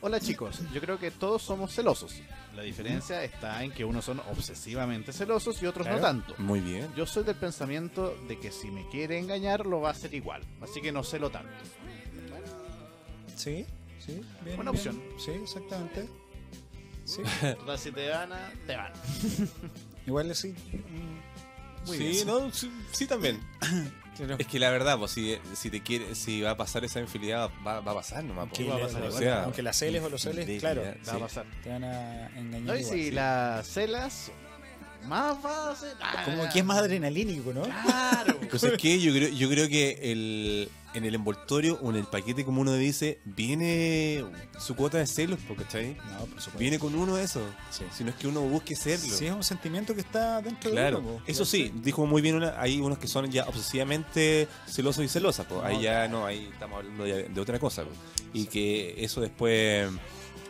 Speaker 3: Hola chicos, yo creo que todos somos celosos. La diferencia está en que unos son obsesivamente celosos y otros
Speaker 2: Claro.
Speaker 3: no tanto.
Speaker 1: Muy bien.
Speaker 3: Yo soy del pensamiento de que si me quiere engañar lo va a hacer igual, así que no celo tanto.
Speaker 2: Sí, sí. bien,
Speaker 3: Buena
Speaker 2: bien.
Speaker 3: opción.
Speaker 2: Sí, exactamente. Sí.
Speaker 3: Total, si te van, a- te van.
Speaker 2: Igual así. mm, muy
Speaker 1: sí,
Speaker 2: bien,
Speaker 1: no, sí, sí también.
Speaker 2: Claro.
Speaker 1: Es que la verdad, pues, si, si te quiere, si va a pasar esa infidelidad, va, va a pasar nomás. pues.
Speaker 2: Que
Speaker 3: va a
Speaker 2: le-
Speaker 3: pasar
Speaker 1: O
Speaker 3: igual,
Speaker 1: sea,
Speaker 2: aunque las celes o los celes, claro,
Speaker 1: infidelidad,
Speaker 3: Va a
Speaker 1: sí.
Speaker 3: pasar.
Speaker 2: te van a engañar.
Speaker 3: No, y
Speaker 2: igual,
Speaker 3: si
Speaker 2: sí.
Speaker 3: las celas más va a ser. Ah,
Speaker 2: Como que es más adrenalínico, ¿no?
Speaker 3: Claro.
Speaker 1: Entonces, ¿qué? Yo creo, yo creo que el, en el envoltorio o en el paquete, como uno dice, viene su cuota de celos, po, ¿cachai?
Speaker 2: No, por supuesto.
Speaker 1: Viene con uno eso.
Speaker 2: Sí.
Speaker 1: Si no es que uno busque serlo.
Speaker 2: Sí, es un sentimiento que está dentro de uno.
Speaker 1: Claro,
Speaker 2: po.
Speaker 1: eso sí, dijo muy bien una, hay unos que son ya obsesivamente celosos y celosas, po. ahí
Speaker 2: No,
Speaker 1: ya no, ahí estamos hablando ya de otra cosa, po. y que eso después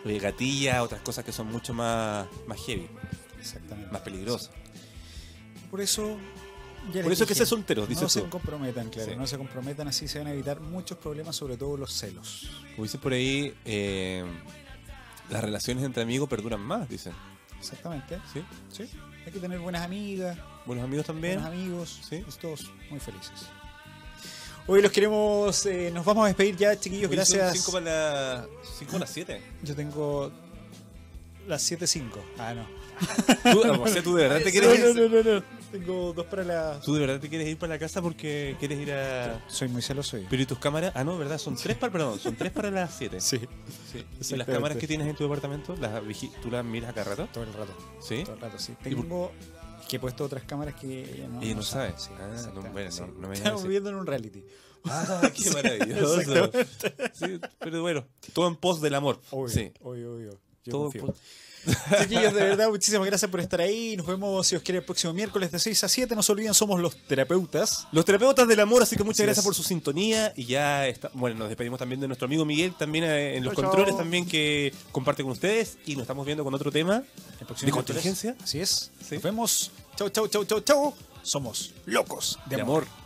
Speaker 1: eh, gatilla otras cosas que son mucho más, más heavy,
Speaker 2: Exactamente.
Speaker 1: más peligrosas.
Speaker 2: Por eso. ya
Speaker 1: Por
Speaker 2: les
Speaker 1: eso es que
Speaker 2: dije,
Speaker 1: se solteros,
Speaker 2: No
Speaker 1: dices
Speaker 2: se
Speaker 1: tú.
Speaker 2: comprometan, claro.
Speaker 1: Sí.
Speaker 2: No se comprometan, así se van a evitar muchos problemas, sobre todo los celos.
Speaker 1: Como dicen por ahí, eh, las relaciones entre amigos perduran más, dicen.
Speaker 2: Exactamente.
Speaker 1: ¿sí?
Speaker 2: Sí. Hay que tener buenas amigas,
Speaker 1: Buenos amigos también.
Speaker 2: buenos amigos.
Speaker 1: Sí.
Speaker 2: y Todos muy felices. Hoy los queremos. eh, nos vamos a despedir ya, chiquillos.
Speaker 1: Oye, son
Speaker 2: gracias.
Speaker 1: cinco para las 5 para las 7.
Speaker 2: Yo tengo las 7.5. Ah, no.
Speaker 1: o sea, tú de verdad te quieres
Speaker 2: no,
Speaker 1: ir.
Speaker 2: no, no, no, no. Tengo dos para las.
Speaker 1: Tú de verdad te quieres ir para la casa porque quieres ir a.
Speaker 2: Soy muy celoso. yo.
Speaker 1: Pero y tus cámaras, ah no, verdad, son tres para, perdón, son tres para las siete.
Speaker 2: Sí.
Speaker 1: ¿Y las
Speaker 2: exactamente.
Speaker 1: cámaras que tienes en tu departamento, las vigi- tú las miras acá rato?
Speaker 2: Todo el rato.
Speaker 1: Sí.
Speaker 2: Todo el rato, sí.
Speaker 1: ¿Y por-
Speaker 2: Tengo es que he puesto otras cámaras que ella no,
Speaker 1: Ella no
Speaker 2: sabe.
Speaker 1: sabe. Ah, no,
Speaker 2: exactamente,
Speaker 1: bueno,
Speaker 2: sí.
Speaker 1: no- no me digas
Speaker 2: Estamos
Speaker 1: eso.
Speaker 2: viviendo en un reality.
Speaker 1: Ah, qué maravilloso. Sí, pero bueno, todo en pos del amor.
Speaker 2: Obvio,
Speaker 1: Sí.
Speaker 2: obvio, obvio. Yo
Speaker 1: Todo
Speaker 2: confío.
Speaker 1: por-
Speaker 2: Chiquillos, de verdad, muchísimas gracias por estar ahí. Nos vemos, si os quiere, el próximo miércoles de 6 a 7. No se olviden, somos los terapeutas.
Speaker 1: Los terapeutas del amor, así que muchas
Speaker 2: Así
Speaker 1: gracias
Speaker 2: es.
Speaker 1: por su sintonía. Y ya está. Bueno, nos despedimos también de nuestro amigo Miguel, también eh, en los
Speaker 3: Chao, chao.
Speaker 1: controles, también que comparte con ustedes. Y nos estamos viendo con otro tema.
Speaker 2: El próximo miércoles.
Speaker 1: ¿De contingencia?
Speaker 2: Así es.
Speaker 1: Sí.
Speaker 2: Nos vemos. Chau, chau, chau, chau, chau. Somos locos de,
Speaker 1: De
Speaker 2: amor.
Speaker 1: amor.